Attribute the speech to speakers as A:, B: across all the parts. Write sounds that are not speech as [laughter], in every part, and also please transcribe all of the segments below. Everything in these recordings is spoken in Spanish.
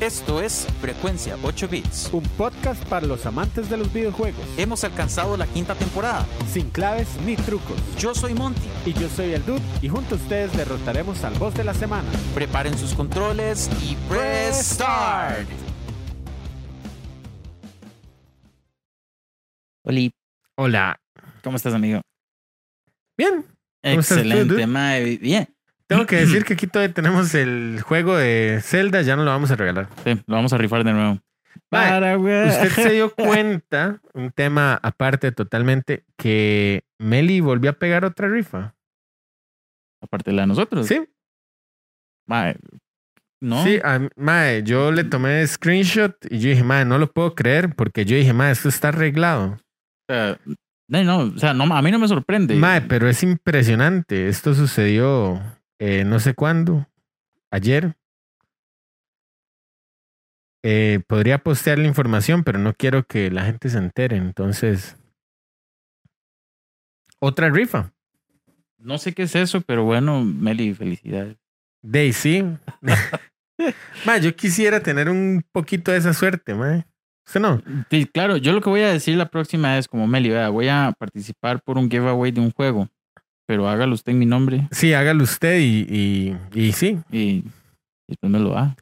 A: Esto es Frecuencia 8 Bits.
B: Un podcast para los amantes de los videojuegos,
A: Hemos alcanzado la quinta temporada.
B: sin claves ni trucos.
A: Yo soy Monty.
B: Y yo soy el Dude y junto a ustedes derrotaremos al boss de la semana.
A: Preparen sus controles y press start.
C: Oli,
D: Hola.
C: ¿cómo estás, amigo?
D: Bien. ¿Cómo estás tú,
C: Excelente,
D: dude?
C: mae. Bien.
D: Tengo que decir que aquí todavía tenemos el juego de Zelda, ya no lo vamos a regalar.
C: Sí, lo vamos a rifar de nuevo.
D: Mae,
C: güey.
D: Usted se dio cuenta, un tema aparte totalmente, que Meli volvió a pegar otra rifa.
C: Aparte de la de nosotros.
D: Sí,
C: Mae. No.
D: sí, a mí- mae, yo le tomé screenshot y yo dije, mae, no lo puedo creer porque yo dije, mae, esto está arreglado.
C: o sea, no, no, o sea, no, a mí no me sorprende.
D: Mae, pero es impresionante. Esto sucedió eh, no sé cuándo, ayer. Eh, podría postear la información, pero no quiero que la gente se entere. Entonces, otra rifa.
C: No sé qué es eso, pero bueno, Meli, felicidades.
D: Daisy. [laughs] mae, yo quisiera tener un poquito de esa suerte, mae. Usted no.
C: Sí, claro, yo lo que voy a decir la próxima es como Meli, vea, voy a participar por un giveaway de un juego, pero hágalo usted en mi nombre
D: Sí, hágalo usted y, y, y sí.
C: y, y después me lo da.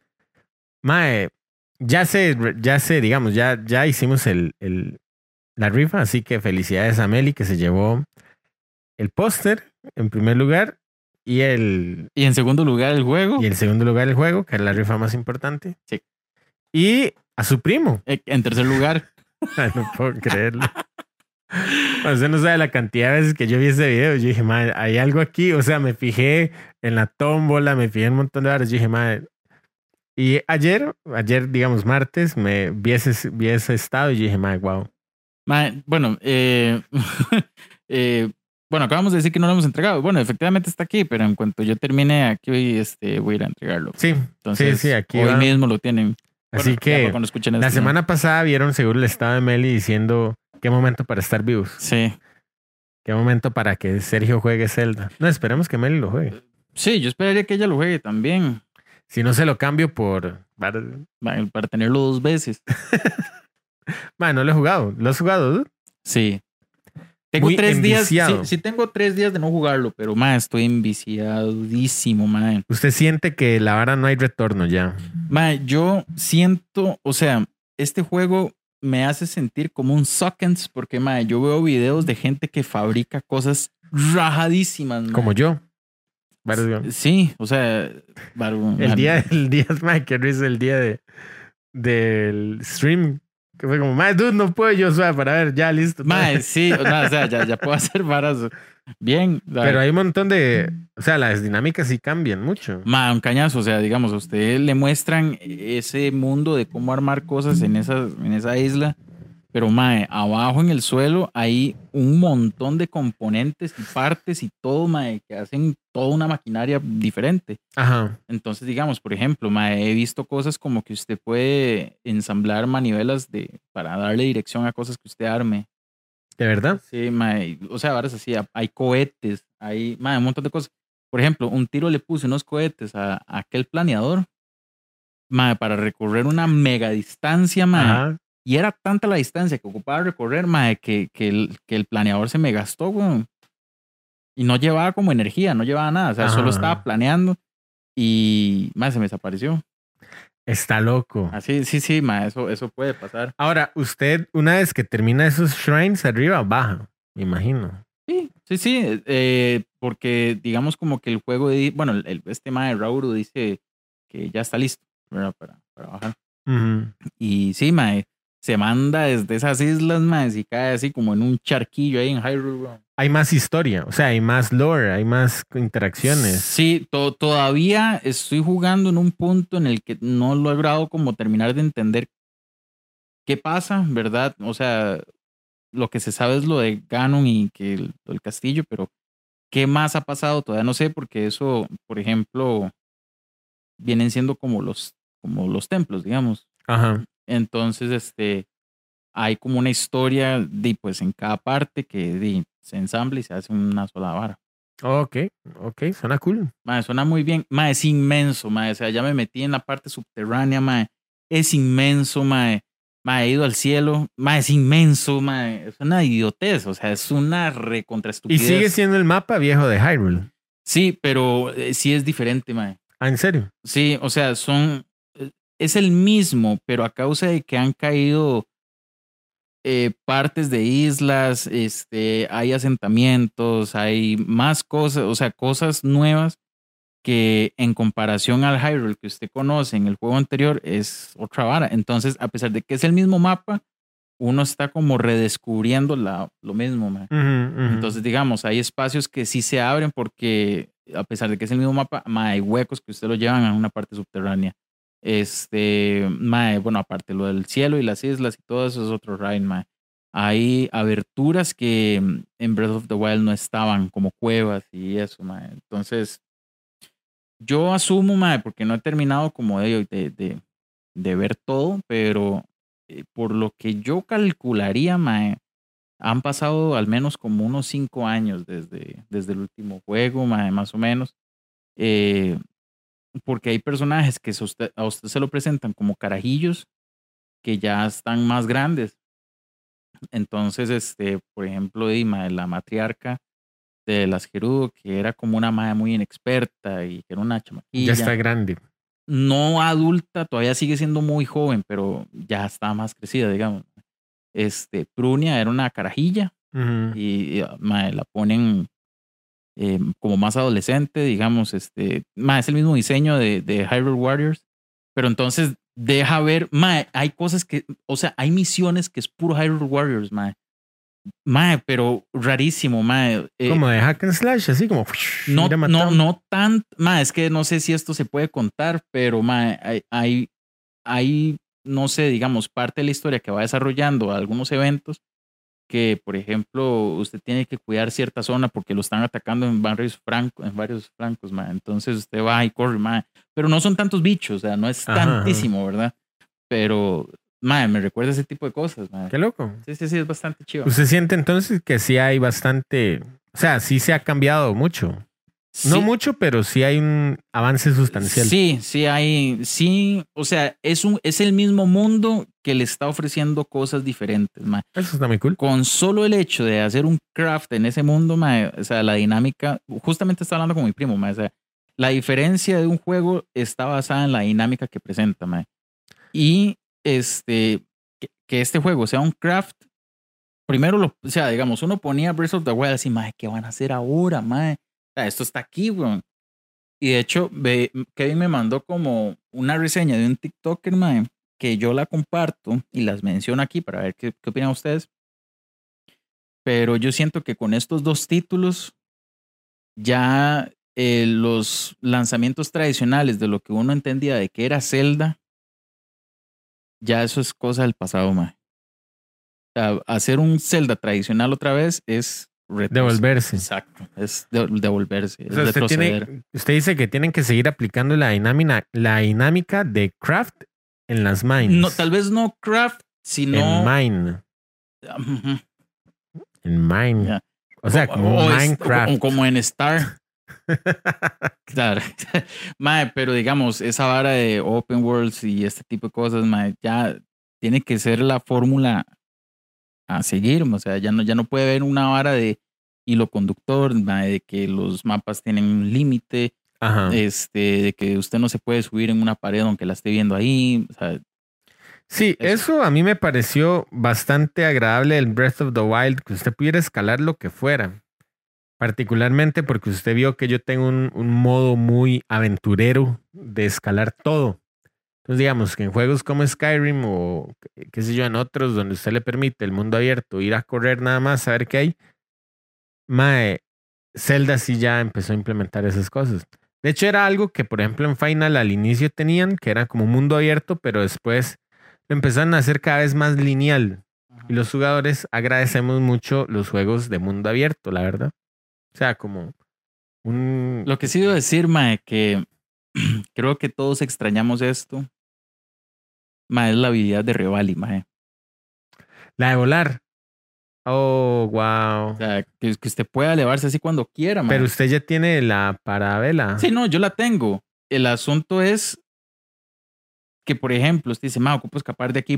D: Mae, ya sé, ya sé, digamos, ya, ya hicimos el, el- la rifa, así que felicidades a Meli que se llevó el póster en primer lugar y el,
C: Y en segundo lugar, el juego.
D: y el segundo lugar el juego, que es la rifa más importante.
C: Sí.
D: Y a su primo.
C: Eh, En tercer lugar,
D: Ay, no puedo creerlo. O sea, no sabe la cantidad de veces que yo vi ese video. Yo dije, madre, hay algo aquí. O sea, me fijé en la tómbola, me fijé en un montón de horas. Yo dije, madre. Y ayer, ayer, digamos, martes, me vi ese, vi ese estado y yo dije, madre, wow.
C: Mae, bueno, eh, [laughs] eh, bueno, acabamos de decir que no lo hemos entregado. Bueno, efectivamente está aquí, pero en cuanto yo termine aquí, este, voy a ir a entregarlo.
D: Sí.
C: Entonces,
D: sí, aquí
C: hoy
D: va.
C: mismo lo tienen. Bueno,
D: Así
C: ya para
D: que
C: cuando escuchen
D: la
C: esto, ¿no?
D: semana pasada vieron seguro el estado de Meli diciendo qué momento para estar vivos.
C: Sí,
D: Qué momento para que Sergio juegue Zelda. No, esperemos que Meli lo juegue.
C: sí, yo esperaría que ella lo juegue también
D: Si no, se lo cambio por. Bueno,
C: mae, para tenerlo dos veces.
D: no lo he jugado. ¿Lo has jugado, dude?
C: Sí. Tengo
D: Muy
C: tres
D: enviciado.
C: días. Sí, sí tengo tres días de no jugarlo, pero más estoy enviciadísimo, mae.
D: Usted siente que la vara no hay retorno ya.
C: Mae, yo siento, o sea, este juego me hace sentir como un suckens porque, mae, yo veo videos de gente que fabrica cosas rajadísimas. mae.
D: Como yo. Varios-
C: Sí, o sea, barbu-
D: El día, el día, [laughs] mae, qué risa, el día de, del stream. Que fue como, mae, dude, no puedo yo, suave, para ver, ya, listo.
C: Mae, sí, o no, o sea, ya, ya puedo [laughs] hacer varas bien. la-
D: Pero hay un montón de, o sea, las dinámicas sí cambian mucho.
C: Mae, un cañazo, o sea, digamos, a usted le muestran ese mundo de cómo armar cosas en, esas, en esa isla. Pero, mae, abajo en el suelo hay un montón de componentes y partes y todo, mae, que hacen toda una maquinaria diferente.
D: Ajá.
C: Entonces, digamos, por ejemplo, mae, he visto cosas como que usted puede ensamblar manivelas de, para darle dirección a cosas que usted arme.
D: ¿De verdad?
C: Sí, mae, o sea, varas así, hay cohetes, hay, mae, un montón de cosas. Por ejemplo, un tiro le puse unos cohetes a, a aquel planeador, mae, para recorrer una mega distancia, mae.
D: Ajá.
C: Y era tanta la distancia que ocupaba recorrer, mae, que, que, el, que el planeador se me gastó, weón. Y no llevaba como energía, no llevaba nada. O sea, solo
D: Ajá.
C: estaba planeando y, mae, se me desapareció.
D: Está loco.
C: Así, sí, sí, mae, eso, eso puede pasar.
D: Ahora, usted, una vez que termina esos shrines arriba, baja, me imagino.
C: Sí, sí, sí. eh, porque, digamos, como que el juego, di- bueno, el, el- este mae, Rauru, dice que ya está listo, ¿verdad? Para, para bajar.
D: Ujú.
C: Y sí, mae, se manda desde esas islas, mae, y cae así como en un charquillo ahí en Hyrule, weón.
D: Hay más historia, o sea, hay más lore, hay más interacciones.
C: Sí, to- todavía estoy jugando en un punto en el que no lo he logrado como terminar de entender qué pasa, ¿verdad? O sea, lo que se sabe es lo de Ganon y que el, el castillo, pero qué más ha pasado todavía no sé, porque eso, por ejemplo, vienen siendo como los, como los templos, digamos.
D: Ajá.
C: Entonces, este, hay como una historia, de, pues en cada parte que di, se ensambla y se hace una sola vara.
D: Ok, ok, suena cool.
C: Mae, suena muy bien. Mae, es inmenso, mae. O sea, ya me metí en la parte subterránea, mae. es inmenso, mae. Mae, he ido al cielo, mae, es inmenso, mae. Es una idiotez, o sea, es una
D: Y
C: recontraestupidez.
D: sigue siendo el mapa viejo de Hyrule.
C: Sí, pero eh, sí es diferente, mae.
D: Ah, en serio.
C: Sí, o sea, son. eh, Es el mismo, pero a causa de que han caído eh, partes de islas, este, hay asentamientos, hay más cosas, o sea, cosas nuevas que en comparación al Hyrule que usted conoce en el juego anterior es otra vara. Entonces, a pesar de que es el mismo mapa, uno está como redescubriendo la, lo mismo. mae.
D: Ujú, ujú.
C: Entonces, digamos, hay espacios que sí se abren porque, a pesar de que es el mismo mapa, ma, hay huecos que usted lo llevan a una parte subterránea. Este, ma, bueno, aparte lo del cielo y las islas y todo eso es otro ride, ma. Hay aberturas que mm, en Breath of the Wild no estaban, como cuevas y eso, ma. Entonces, yo asumo, ma, porque no he terminado como de, de, de, de ver todo, pero eh, por lo que yo calcularía, mae, han pasado al menos como unos cinco años desde, desde el último juego, mae, más o menos. Eh, porque hay personajes que se usted- a usted se lo presentan como carajillos que ya están más grandes. Entonces, este, por ejemplo, di, mae, la matriarca de las Gerudo, que era como una madre muy inexperta y que era una chamaquilla
D: ya está grande.
C: no adulta, todavía sigue siendo muy joven, pero ya está más crecida, digamos. Este, Prunia era una carajilla
D: Ujú.
C: y, y, mae, la ponen eh, como más adolescente, digamos. Este, mae, es el mismo diseño de, de Hyrule Warriors, pero entonces deja ver, mae, hay cosas que, o sea, hay misiones que es puro Hyrule Warriors, mae. Mae, pero rarísimo, mae. Eh,
D: como de hack and slash, así como.
C: no,
D: mira,
C: no,
D: matamos.
C: no tan, ma, es que no sé si esto se puede contar, pero ma, hay, hay, hay, no sé, digamos, parte de la historia que va desarrollando algunos eventos que, por ejemplo, usted tiene que cuidar cierta zona porque lo están atacando en varios francos, en varios francos, ma. Entonces usted va y corre, ma. Pero no son tantos bichos, o sea, no es
D: Ajá, ajá.
C: tantísimo, ¿verdad? Pero, ma, me recuerda ese tipo de cosas, ma.
D: Qué loco.
C: Sí, sí, sí, es bastante chido.
D: ¿Usted siente entonces que sí hay bastante. O sea, sí se ha cambiado mucho. No
C: Sí.
D: mucho, pero sí hay un avance sustancial.
C: Sí, sí hay, sí, o sea, es un es el mismo mundo que le está ofreciendo cosas diferentes, ma.
D: Eso está muy cool.
C: Con solo el hecho de hacer un craft en ese mundo, ma, o sea, la dinámica, justamente estaba hablando con mi primo, ma, o sea, la diferencia de un juego está basada en la dinámica que presenta, ma. Y este que, que este juego sea un craft Primero, lo, o sea, digamos, uno ponía Breath of the Wild así, mae, ¿qué van a hacer ahora, mae? O sea, esto está aquí, weón. Y de hecho, ve- Kevin me mandó como una reseña de un TikToker, mae, que yo la comparto y las menciono aquí para ver qué, qué opinan ustedes. Pero yo siento que con estos dos títulos, ya eh, los lanzamientos tradicionales de lo que uno entendía de que era Zelda, ya eso es cosa del pasado, mae. O sea, hacer un Zelda tradicional otra vez es retroceder.
D: Devolverse.
C: Exacto, es de- devolverse,
D: O sea,
C: es
D: usted,
C: retroceder.
D: tiene, usted dice que tienen que seguir aplicando la dinámica, la dinámica de craft en las mines.
C: No, tal vez no craft,
D: en
C: sino
D: mine.
C: Ujú.
D: En mine.
C: Ya.
D: O sea, como
C: O- o es-
D: Minecraft.
C: o como en
D: [laughs]
C: Star. Claro. Mae, pero digamos, esa vara de open worlds y este tipo de cosas, mae, ya tiene que ser la fórmula a seguir. O sea, ya no, ya no puede haber una vara de hilo conductor, mae, de que los mapas tienen un límite.
D: Ajá.
C: este, de que usted no se puede subir en una pared aunque la esté viendo ahí. o sea,
D: Sí,
C: Eso.
D: eso a mí me pareció bastante agradable el Breath of the Wild, que usted pudiera escalar lo que fuera. Particularmente porque usted vio que yo tengo un, un modo muy aventurero de escalar todo. Entonces, digamos que en juegos como Skyrim o qué- qué sé yo, en otros donde usted le permite el mundo abierto ir a correr nada más, a ver qué hay. Mae, Zelda sí ya empezó a implementar esas cosas. De hecho, era algo que, por ejemplo, en Final al inicio tenían, que era como mundo abierto, pero después lo empezaron a hacer cada vez más lineal. Y los jugadores agradecemos mucho los juegos de mundo abierto, la verdad. O sea, como un...
C: Lo que sí debo decir, Mae, que [clears throat] creo que todos extrañamos esto. Mae, es la habilidad de Revali, Mae.
D: La de volar. Oh, wow.
C: O sea, que, que usted pueda elevarse así cuando quiera, Mae.
D: Pero usted ya tiene la parabela.
C: Sí, no, yo la tengo. El asunto es que, por ejemplo, usted dice, ma, ocupo escapar de aquí.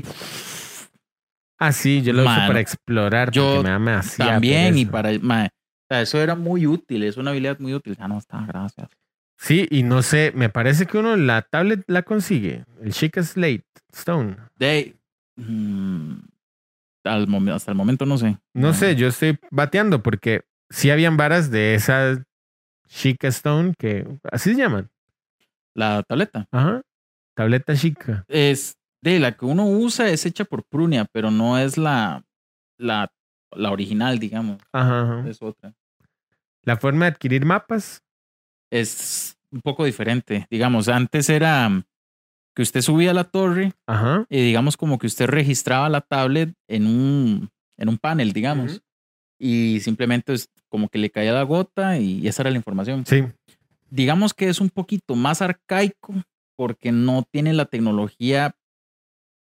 D: Ah, sí, yo lo uso
C: Mano,
D: para explorar.
C: yo
D: porque me da demasiada
C: también, y
D: pereza.
C: para. ma, o sea, eso era muy útil, es una habilidad muy útil. Ah, no, está, gracias.
D: Sí, y no sé, me parece que uno la tablet la consigue. El Chica Slate Stone.
C: De. mm, al momen- hasta el momento no sé.
D: No sé, yo estoy bateando porque sí habían varas de esa Chica Stone que así se llaman.
C: La tableta.
D: Ajá. Tableta chica.
C: Es de la que uno usa, es hecha por Prunia, pero no es la, la, la original, digamos.
D: Ajá, ajá.
C: Es otra.
D: La forma de adquirir mapas.
C: Es un poco diferente. Digamos, antes era que usted subía a la torre
D: Ajá.
C: y digamos como que usted registraba la tablet en un, en un panel, digamos.
D: Ujú.
C: Y simplemente es como que le caía la gota y esa era la información.
D: Sí.
C: digamos que es un poquito más arcaico porque no tiene la tecnología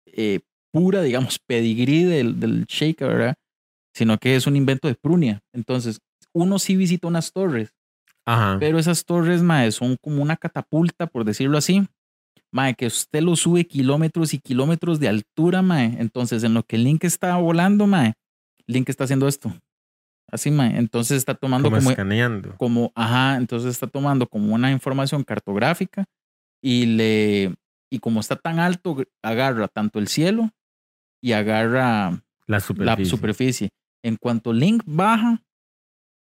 C: eh, pura, digamos, pedigrí del, del Shaker, ¿verdad? Sino que es un invento de Prunia. Entonces, uno sí visita unas torres,
D: Ajá.
C: pero esas torres, mae, son como una catapulta, por decirlo así. Mae, que usted lo sube kilómetros y kilómetros de altura, mae. Entonces, en lo que Link está volando, mae, Link está haciendo esto. Así, mae. Entonces está tomando
D: Como
C: como,
D: escaneando.
C: como, ajá, entonces está tomando como una información cartográfica y le, y como está tan alto, gr- agarra tanto el cielo y agarra
D: La superficie.
C: la superficie. En cuanto Link baja,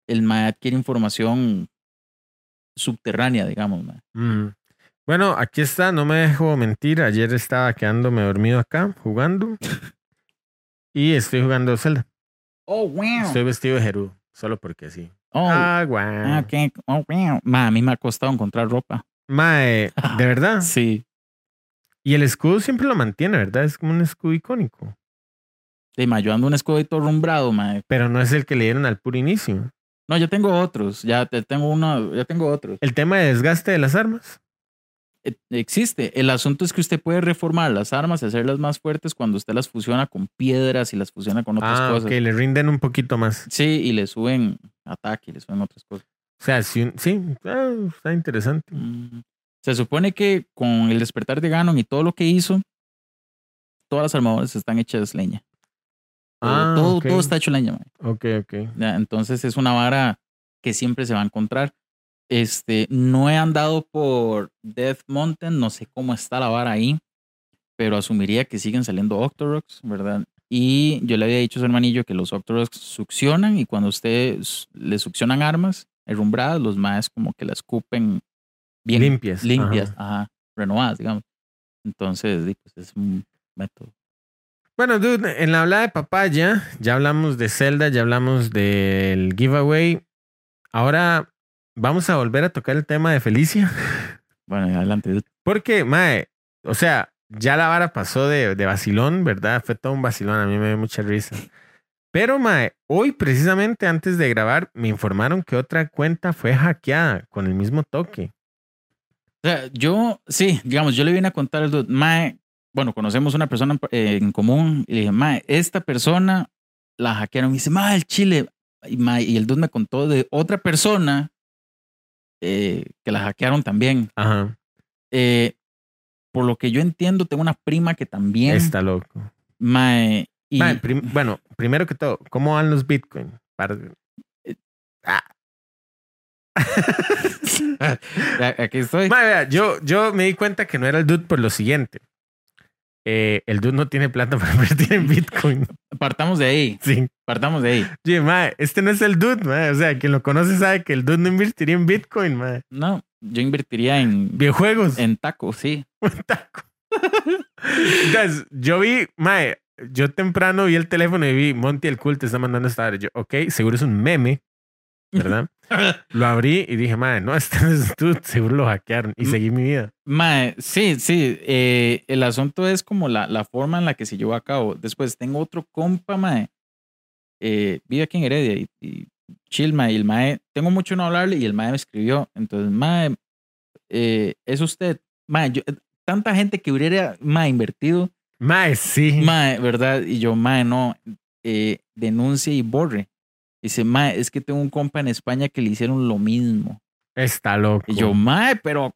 C: el MAE adquiere información subterránea, digamos. mae.
D: Mm. Bueno, aquí está, no me dejo mentir. Ayer estaba quedándome dormido acá
C: [laughs]
D: jugando. y estoy jugando Zelda.
C: Oh, wow.
D: Estoy vestido de Gerudo. Solo porque sí.
C: Oh,
D: Ah, guau.
C: ah, ok. Oh, wow. Mae, a mí me ha costado encontrar ropa.
D: Mae,
C: [laughs]
D: de verdad.
C: Sí.
D: Y el escudo siempre lo mantiene, ¿verdad? Es como un escudo icónico.
C: Sí, mae, yo ando un escudito rumbrado, mae.
D: Pero no es el que le dieron al puro inicio.
C: No, yo tengo otros. Ya te- tengo uno, ya tengo otros.
D: El tema de desgaste de las armas.
C: e- existe. El asunto es que usted puede reformar las armas y hacerlas más fuertes cuando usted las fusiona con piedras y las fusiona con otras
D: ah,
C: cosas.
D: ok, le rinden un poquito más.
C: Sí, y le suben ataque y le suben otras cosas.
D: O sea, sí, un- sí ah, está interesante.
C: Mm. Se supone que con el despertar de Ganon y todo lo que hizo, todas las armaduras están hechas leña. Todo,
D: Ah,
C: todo,
D: ok.
C: todo está hecho leña. mae.
D: Ok, ok.
C: Ya, Ah, Entonces es una vara que siempre se va a encontrar. Este, no he andado por Death Mountain, no sé cómo está la vara ahí, pero asumiría que siguen saliendo Octoroks, ¿verdad? Y yo le había dicho a su hermanillo que los Octoroks succionan y cuando ustedes le succionan armas herrumbradas, los maes como que la escupen bien
D: Limpias.
C: limpias,
D: ajá.
C: ajá, renovadas, digamos. Entonces, di, pues, es un método.
D: Bueno, dude, en la hablada de papaya, ya hablamos de Zelda, ya hablamos del giveaway. Ahora vamos a volver a tocar el tema de Felicia. [laughs]
C: Bueno, adelante.
D: Porque, mae, o sea, ya la vara pasó de, de vacilón, ¿verdad? Fue todo un vacilón, a mí me dio mucha risa. Pero, mae, hoy precisamente antes de grabar me informaron que otra cuenta fue hackeada con el mismo toque.
C: O sea, yo, sí, digamos, yo le vine a contar al dude, mae, bueno, conocemos una persona en pa- eh, en común, y le dije, mae, esta persona la hackearon, y dice, mae, el chile, y, mae, y el dude me contó de otra persona eh, que la hackearon también.
D: Ajá,
C: Eh, por lo que yo entiendo, tengo una prima que también,
D: está loco.
C: mae, y
D: Mae, prim- bueno, primero que todo, ¿cómo van los Bitcoin? Para-
C: a- aquí estoy.
D: Mae, vea, yo, yo me di cuenta que no era el dude por lo siguiente. Eh, el dude no tiene plata [laughs] para invertir en Bitcoin.
C: Partamos de ahí,
D: Sí.
C: partamos de ahí.
D: Oye, mae, este no es el dude, mae. O sea, quien lo conoce sabe que el dude no invertiría en Bitcoin, mae.
C: No, yo invertiría en,
D: Videojuegos. [laughs]
C: en tacos, sí.
D: Entonces, yo vi, mae, yo temprano vi el teléfono y vi Monty el Cool te está mandando esta hora. Yo, ok, seguro es un meme, ¿verdad? lo abrí y dije, mae, no, [laughs] este no es el dude, seguro lo hackearon. Y
C: Mm.
D: seguí mi vida.
C: Mae, sí, sí. eh, el asunto es como la, la forma en la que se llevó a cabo. Después tengo otro compa, mae. eh, vive aquí en Heredia y, y chill, mae. Y el mae, tengo mucho no hablarle y el mae me escribió. Entonces, mae, eh, es usted. Mae, yo- eh, tanta gente que hubiera mae, invertido,
D: Mae, sí.
C: mae, ¿verdad? Y yo, mae, no, eh, denuncia y borre. Dice, mae, es que tengo un compa en España que le hicieron lo mismo.
D: Está
C: [laughs]
D: loco.
C: Y yo, mae, pero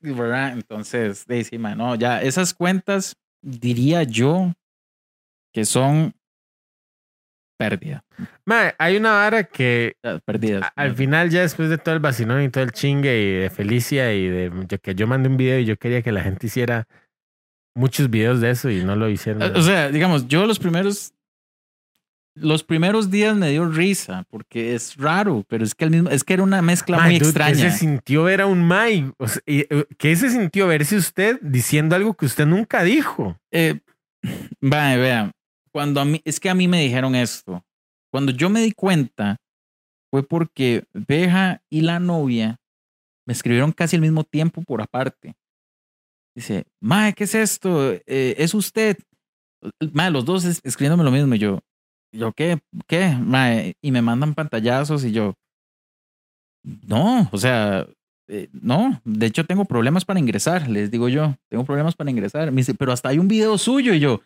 C: ¿verdad? Entonces, de encima, no, ya esas cuentas diría yo que son pérdida,
D: Mae, hay una vara que
C: o sea, pérdidas.
D: a- al final, ya después de todo el vacilón y todo el chingue y de Felicia y de yo- que yo mandé un video y yo quería que la gente hiciera muchos videos de eso y no lo hicieron.
C: O sea, digamos, yo los primeros los primeros días me dio risa porque es raro, pero es que al mismo es que era una mezcla
D: Mae,
C: muy
D: dude, ¿qué
C: extraña.
D: se sintió ver a un Mae? O sea, y, eh, ¿Qué se sintió verse usted diciendo algo que usted nunca dijo?
C: Eh, vaya, vean. Cuando a mí, es que a mí me dijeron esto. Cuando yo me di cuenta, fue porque Beja y la novia me escribieron casi al mismo tiempo por aparte. Dice, Mae, ¿qué es esto? Eh, es usted. Mae, los dos es- escribiéndome lo mismo. Y yo, ¿yo qué? ¿Qué? Mae, y me mandan pantallazos y yo, no, o sea, eh, no, de hecho tengo problemas para ingresar, les digo yo, tengo problemas para ingresar. Me dice, pero hasta hay un video suyo y yo,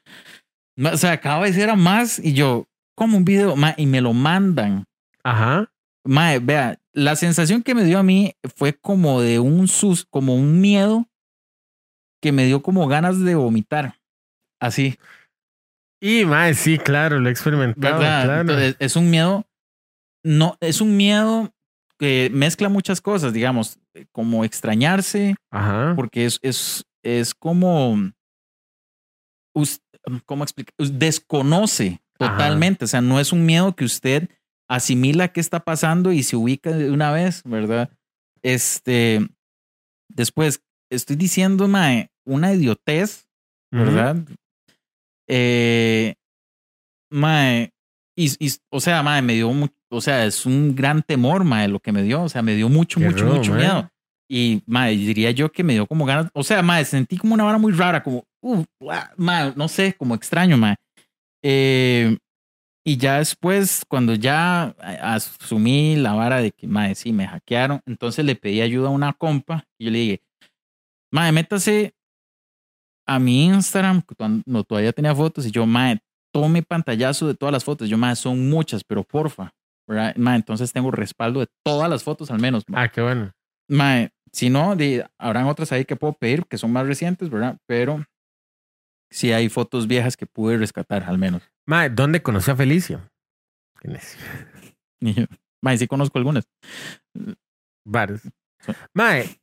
C: "Ma- o sea, acaba de ser a más y yo, como un video, Ma, y me lo mandan.
D: Ajá.
C: Mae, vea, la sensación que me dio a mí fue como de un sus, como un miedo que me dio como ganas de vomitar. Así,
D: Y Mae, sí, claro, lo he experimentado.
C: ¿verdad?
D: claro.
C: Entonces, es un miedo, no, es un miedo que mezcla muchas cosas, digamos, como extrañarse,
D: Ajá.
C: porque es, es, es como, mm, us- mm, ¿cómo explica? Desconoce
D: Ajá.
C: totalmente, o sea, no es un miedo que usted asimila qué está pasando y se ubica de una vez, ¿verdad? Este, después, estoy diciendo, mae, una idiotez, ¿verdad? Eh, mae, y, y, o sea, mae, me dio mucho, o sea, es un gran temor, mae, lo que me dio, o sea, me dio mucho,
D: Qué
C: mucho,
D: rudo,
C: mucho
D: mae.
C: miedo. Y, mae, diría yo que me dio como ganas, o sea, mae, sentí como una vara muy rara, como, uh, ua, mae, no sé, como extraño, mae. Eh, y ya después, cuando ya a- asumí la vara de que, mae, sí, me hackearon, entonces le pedí ayuda a una compa y yo le dije, mae, métase a mi Instagram, cuando todavía tenía fotos, y yo, mae, tome pantallazo de todas las fotos. Yo, mae, son muchas, pero porfa, ¿verdad? Mae, entonces tengo respaldo de todas las fotos al menos.
D: Ah, qué bueno.
C: Mae, si no, di- habrán otras ahí que puedo pedir que son más recientes, ¿verdad? Pero sí hay fotos viejas que pude rescatar al menos. [laughs]
D: Mae, ¿dónde conocí a Felicia? Qué necio.
C: Y yo, Mae, sí conozco algunas.
D: Bares. Mae,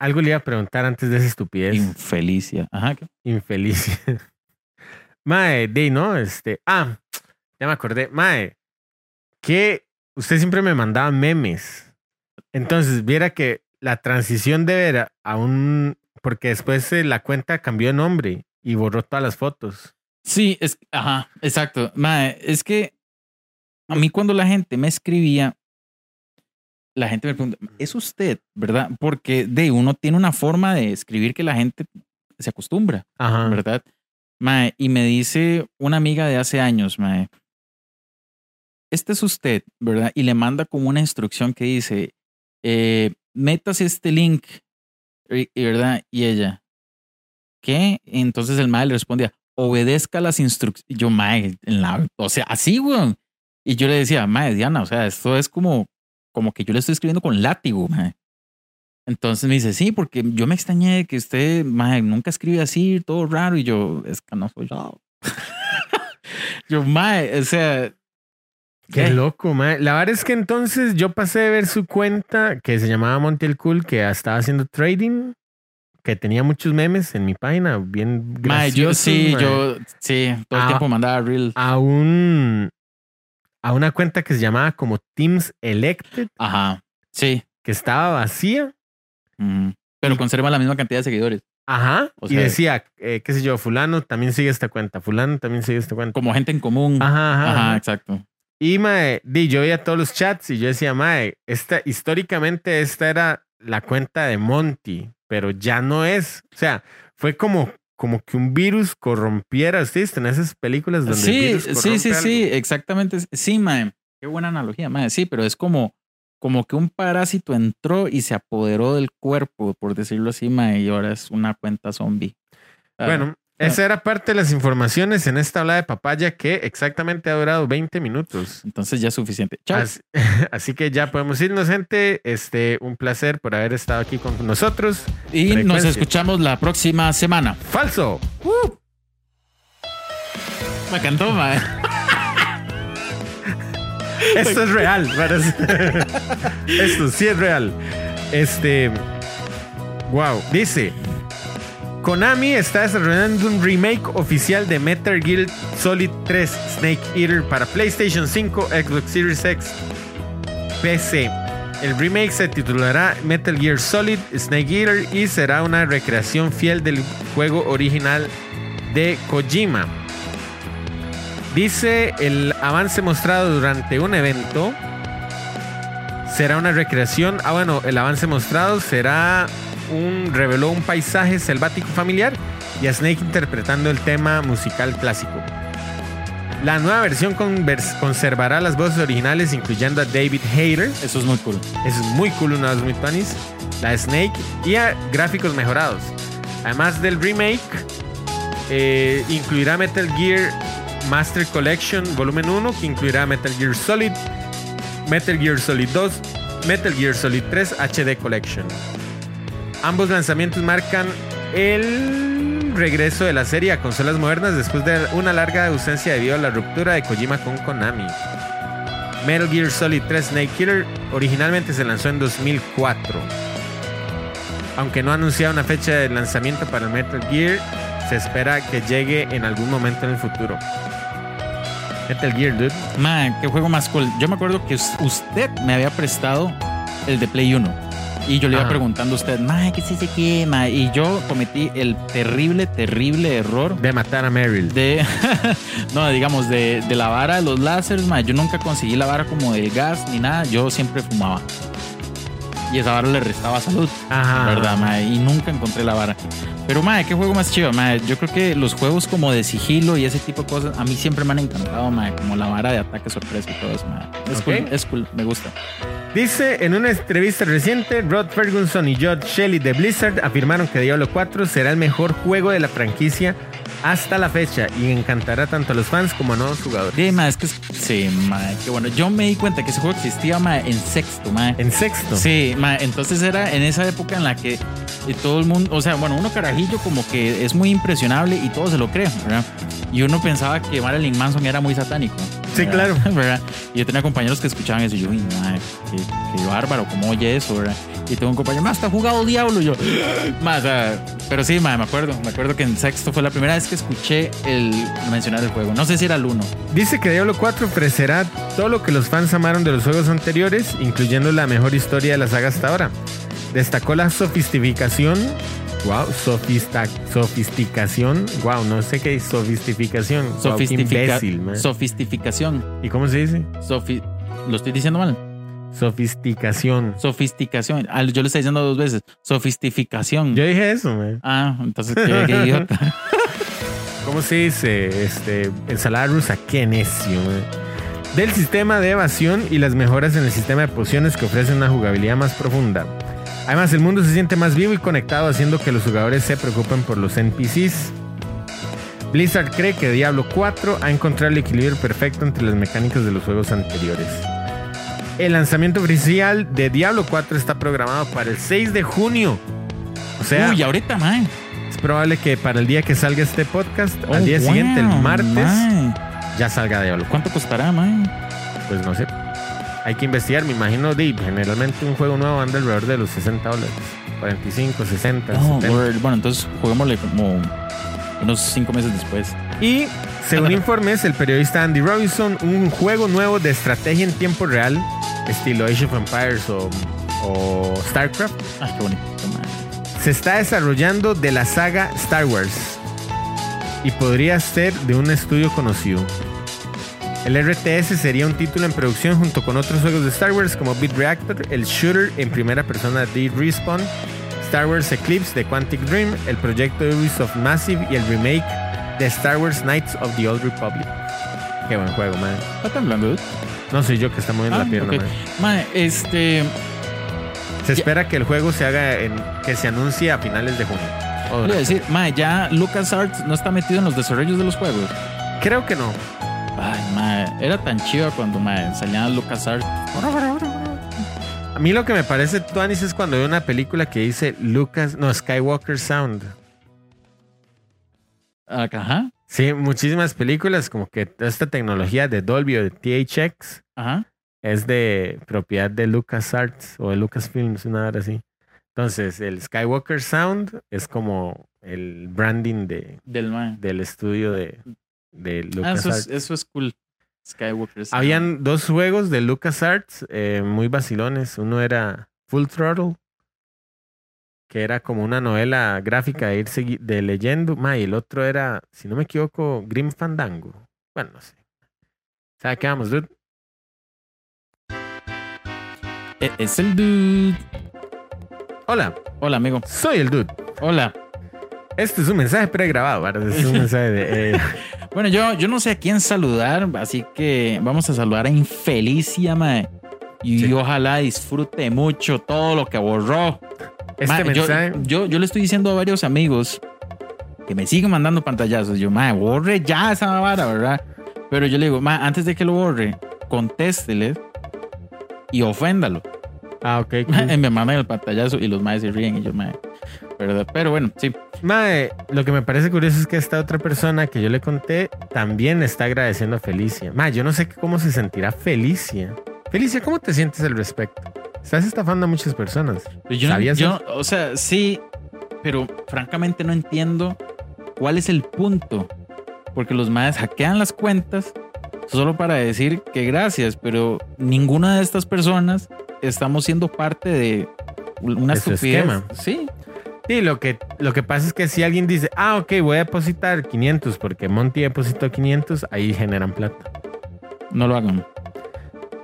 D: algo le iba a preguntar antes de esa estupidez.
C: Infelicia. Ajá. ¿qué?
D: Infeliz. [laughs] Mae, de no, este. Ah, ya me acordé. Mae, que usted siempre me mandaba memes. Entonces, viera que la transición de ver a, a un. Porque después eh, la cuenta cambió de nombre y borró todas las fotos.
C: Sí, es, ajá, exacto. Mae, es que a mí cuando la gente me escribía, la gente me pregunta, ¿es usted, verdad? Porque de uno tiene una forma de escribir que la gente se acostumbra,
D: Ajá.
C: ¿verdad? Mae, y me dice una amiga de hace años, mae, este es usted, ¿verdad? Y le manda como una instrucción que dice, eh, métase este link, y- y ¿verdad? Y ella, ¿qué? Entonces el mae le respondía, obedezca las instrucciones. Yo, mae, en la, o sea, así, weón. Y yo le decía, mae, Diana, o sea, esto es como, como que yo le estoy escribiendo con látigo, mae. Entonces me dice, sí, porque yo me extrañé de que usted, mae, nunca escribe así, todo raro. Y yo, es que no soy yo. [laughs] yo, mae, o sea,
D: Qué
C: ¿qué?
D: loco, mae. La verdad es que entonces yo pasé de ver su cuenta que se llamaba Monty el Cool, que estaba haciendo trading, que tenía muchos memes en mi página, bien
C: mae, yo
D: graciosos,
C: sí,
D: mae,
C: yo sí, todo el
D: Ah.
C: tiempo mandaba reel.
D: A un... A una cuenta que se llamaba como Teams Elected,
C: Ajá, sí.
D: que estaba vacía.
C: Mm. Pero conserva la misma cantidad de seguidores,
D: Ajá.
C: O
D: y
C: sea-
D: decía, eh, qué sé yo, fulano también sigue esta cuenta, fulano también sigue esta cuenta.
C: como gente en común.
D: Ajá, ajá.
C: Ajá,
D: ajá.
C: exacto.
D: Y mae, di, yo veía todos los chats y yo decía, mae, esta, históricamente esta era la cuenta de Monty, pero ya no es. O sea, fue como, como que un virus corrompiera. Ustedes en esas películas donde el
C: Sí,
D: virus
C: sí, sí,
D: corrompe
C: sí,
D: algo?
C: exactamente. Sí, mae. Qué buena analogía, mae. Sí, pero es como, como que un parásito entró y se apoderó del cuerpo, por decirlo así, mae, y ahora es una cuenta zombie. Ah,
D: Bueno, Esa era parte de las informaciones en esta habla de papaya que exactamente ha durado 20 minutos.
C: Entonces ya es suficiente. Chao.
D: Así, [laughs] así que ya podemos irnos, gente. Este, un placer por haber estado aquí con nosotros.
C: y nos
D: frecuencia.
C: escuchamos la próxima semana.
D: ¡Falso!
C: Me encantó, mae.
D: Esto es real. parece. Esto sí es real. Este. Wow. Dice. Konami está desarrollando un remake oficial de Metal Gear Solid 3 Snake Eater para PlayStation 5, Xbox Series X, PC. El remake se titulará Metal Gear Solid Snake Eater y será una recreación fiel del juego original de Kojima. Dice el avance mostrado durante un evento será una recreación. Ah, bueno, el avance mostrado será un reveló un paisaje selvático familiar y a Snake interpretando el tema musical clásico. La nueva versión convers- conservará las voces originales, incluyendo a David Hayter.
C: Eso es muy cool.
D: Es muy cool, una de las muy tuanis. La Snake y a gráficos mejorados. Además del remake, eh, incluirá Metal Gear Master Collection Volumen 1, que incluirá Metal Gear Solid, Metal Gear Solid 2, Metal Gear Solid 3 HD Collection. Ambos lanzamientos marcan el regreso de la serie a consolas modernas después de una larga ausencia debido a la ruptura de Kojima con Konami. Metal Gear Solid 3 Snake Killer originalmente se lanzó en 2004. Aunque no anunciaba una fecha de lanzamiento para el Metal Gear, se espera que llegue en algún momento en el futuro. Metal Gear, dude.
C: Mae, qué juego más cool. Yo me acuerdo que us- usted me había prestado el de Play 1. Y yo le iba
D: Ajá.
C: preguntando a usted, mae, ¿qué se dice qué, mae? Y yo cometí el terrible, terrible error
D: De matar a Meryl.
C: de. [laughs] no, digamos, de, de la vara de los láseres, mae. Yo nunca conseguí la vara como del gas ni nada. Yo siempre fumaba. Y esa vara le restaba salud.
D: Ajá.
C: ¿verdad, mae? Y nunca encontré la vara. Pero, mae, qué juego más chido, mae. Yo creo que los juegos como de sigilo y ese tipo de cosas, a mí siempre me han encantado, mae. Como la vara de ataque sorpresa y todo eso, mae. Es
D: Ok.
C: cool, es cool, me gusta.
D: Dice en una entrevista reciente, Rod Ferguson y George Shelley de Blizzard afirmaron que Diablo 4 será el mejor juego de la franquicia hasta la fecha y encantará tanto a los fans como a nuevos jugadores.
C: Sí, mae, es que es- sí, mae, qué bueno. Yo me di cuenta que ese juego existía, mae, en sexto, mae.
D: En sexto.
C: Sí, mae, entonces era en esa época en la que eh, todo el mundo, o sea, bueno, uno carajillo como que es muy impresionable y todo se lo cree, ¿verdad? Y uno pensaba que Marilyn Manson era muy satánico.
D: Sí,
C: ¿verdad? [laughs]
D: claro.
C: ¿verdad? Y yo tenía compañeros que escuchaban eso y yo, uy, madre, qué, qué bárbaro, cómo oye eso, ¿verdad? Y tengo un compañero, más, está jugado diablo. Y yo, [gasps] más, pero sí, madre, me acuerdo, me acuerdo que en sexto fue la primera vez que escuché el mencionar el juego. No sé si era el uno.
D: Dice que Diablo 4 ofrecerá todo lo que los fans amaron de los juegos anteriores, incluyendo la mejor historia de la saga hasta ahora. Destacó la sofisticación. Wow, sofista, sofisticación. Wow, no sé qué es sofisticación. Wow, qué
C: Sofistifica-
D: imbécil, man.
C: sofistificación.
D: ¿Y cómo se dice?
C: Sofi- lo estoy diciendo mal.
D: Sofisticación.
C: Sofisticación. Ah, Yo lo estoy diciendo dos veces. Sofistificación.
D: Yo dije eso, man.
C: Ah,
D: [laughs]
C: entonces qué, qué idiota.
D: ¿Cómo se dice? Este, ensalada rusa, qué necio. eh. Del sistema de evasión y las mejoras en el sistema de pociones que ofrecen una jugabilidad más profunda. Además, el mundo se siente más vivo y conectado, haciendo que los jugadores se preocupen por los NPCs. Blizzard cree que Diablo 4 ha encontrado el equilibrio perfecto entre las mecánicas de los juegos anteriores. El lanzamiento oficial de Diablo 4 está programado para el 6 de junio. O sea,
C: Uy, ahorita, man.
D: es probable que para el día que salga este podcast,
C: Oh,
D: al día siguiente, el martes, ya salga Diablo 4.
C: ¿Cuánto costará, man?
D: Pues no sé. Hay que investigar, me imagino, Dave. Generalmente un juego nuevo anda alrededor de los 60 dólares. 45, 60,
C: No,
D: 70.
C: word. bueno, entonces juguémosle como unos cinco meses después.
D: Y según informes, el periodista Andy Robinson, un juego nuevo de estrategia en tiempo real, estilo Age of Empires o, o StarCraft,
C: Ah, qué bonito. man.
D: se está desarrollando de la saga Star Wars y podría ser de un estudio conocido. El RTS sería un título en producción junto con otros juegos de Star Wars como Beat Reactor, el shooter en primera persona de Respawn, Star Wars Eclipse de Quantic Dream, el proyecto de Ubisoft Massive y el remake de Star Wars Knights of the Old Republic. Qué buen juego, man.
C: ¿Está temblando? dude?
D: No soy yo que está moviendo
C: Ah,
D: la pierna,
C: ok.
D: man.
C: Mae, este.
D: Se espera que el juego se haga en que se anuncie a finales de junio. Obra.
C: Le iba a decir, mae, ya LucasArts no está metido en los desarrollos de los juegos.
D: Creo que no.
C: Ay, mae, era tan chiva cuando mae, salían LucasArts.
D: A mí lo que me parece, Tuanis, es cuando veo una película que dice Lucas, no, Skywalker Sound.
C: Ah, Ajá,
D: Sí, muchísimas películas como que esta tecnología de Dolby o de THX
C: ajá.
D: es de propiedad de LucasArts o de Lucasfilms, una hora así. Entonces, el Skywalker Sound es como el branding de,
C: Del mae.
D: del estudio de, de
C: Ah, eso, es,
D: LucasArts.
C: eso es cool. Skywalker. Saga.
D: Habían dos juegos de LucasArts eh, muy vacilones. Uno era Full Throttle, que era como una novela gráfica de ir segui- de leyendo. Ma, y el otro era, si no me equivoco, Grim Fandango. Bueno, no sé. ¿Sabes qué vamos, dude?
C: E- Es el dude.
D: Hola,
C: Hola, amigo.
D: soy el dude.
C: Hola.
D: Este es un mensaje pregrabado, ¿verdad? Es un mensaje de... eh,
C: Bueno, yo, yo no sé a quién saludar, así que vamos a saludar a Infelicia, mae. Y
D: Sí.
C: ojalá disfrute mucho todo lo que borró.
D: este
C: Mae, yo, [laughs]
D: mensaje...
C: yo, yo le estoy diciendo a varios amigos que me siguen mandando pantallazos. Yo, mae, borre ya esa vara, ¿verdad? Pero yo le digo, mae, antes de que lo borre, contéstele y oféndalo.
D: Ah, ok.
C: [laughs]
D: cool.
C: me mandan el pantallazo y los maes se ríen y yo, mae. ¿verdad? Pero bueno, sí.
D: Mae, lo que me parece curioso es que esta otra persona que yo le conté también le está agradeciendo a Felicia. Mae, yo no sé cómo se sentirá Felicia. Felicia, ¿cómo te sientes al respecto? Estás estafando a muchas personas.
C: Pero Pues Yo, no-
D: ¿Sabías
C: yo no- o sea, sí, pero francamente no entiendo cuál es el punto. Porque los maes hackean las cuentas solo para decir que gracias, pero ninguna de estas personas estamos siendo parte de una
D: De su
C: estupidez.
D: esquema.
C: Sí,
D: Sí, lo que, lo que pasa es que si alguien dice, ah, ok, voy a depositar 500 porque Monty depositó 500, ahí generan plata.
C: no lo hagan.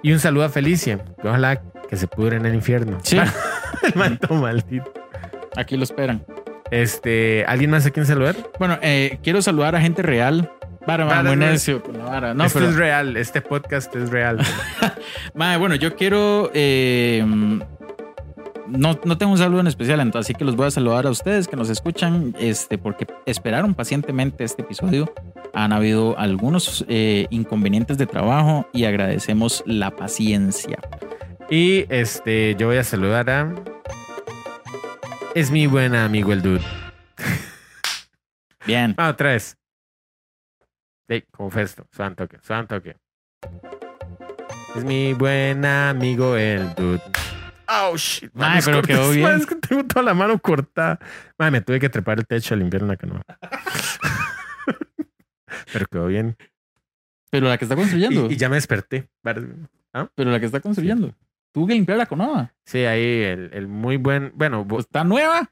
D: Y un saludo a Felicia. que Ojalá que se pudre en el infierno.
C: Sí,
D: [laughs] el manto maldito.
C: aquí lo esperan.
D: Este, ¿alguien más a quien saludar?
C: Bueno, eh, quiero saludar a gente real. Vara, vara,
D: Vara,
C: muy
D: no.
C: necio con la vara. No,
D: Esto
C: pero-
D: es real, este podcast es real.
C: Mae, bueno, yo quiero. eh, no, no tengo un saludo en especial, entonces, así que los voy a saludar a ustedes que nos escuchan, este, porque esperaron pacientemente este episodio. Han habido algunos eh, inconvenientes de trabajo y agradecemos la paciencia.
D: Y este, yo voy a saludar a. Es mi buen amigo el dude.
C: Bien,
D: Ah, otra vez. Sí, confeso. Suan toque, suan toque. Es mi buen amigo el dude. Oh, shit.
C: Mae,
D: manos
C: pero
D: cortas.
C: quedó bien.
D: Mae, Es que tengo toda la mano cortada. Mae, me tuve que trepar el techo a limpiar una canoa. [laughs] pero quedó bien.
C: pero la que está construyendo,
D: Y, y ya me desperté.
C: pero la que está construyendo, tuvo que limpiar la conoda.
D: Sí, ahí el, el muy buen. Bueno, bu-
C: Está nueva.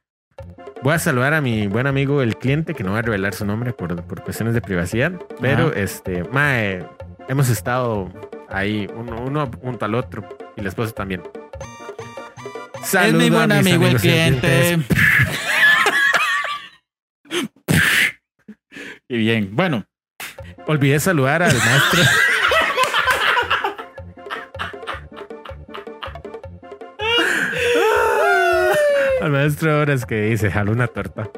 D: Voy a saludar a mi buen amigo el cliente, que no va a revelar su nombre por, por cuestiones de privacidad. Pero,
C: Ajá.
D: este, mae, hemos estado ahí, uno, uno junto al otro, y la esposa también. Saludo
C: es mi
D: a
C: buen
D: mis
C: amigo el
D: amigos y
C: cliente.
D: clientes.
C: [laughs] y bien, bueno,
D: Olvidé saludar al
C: [laughs]
D: maestro. al maestro Horas que dice, jala una torta.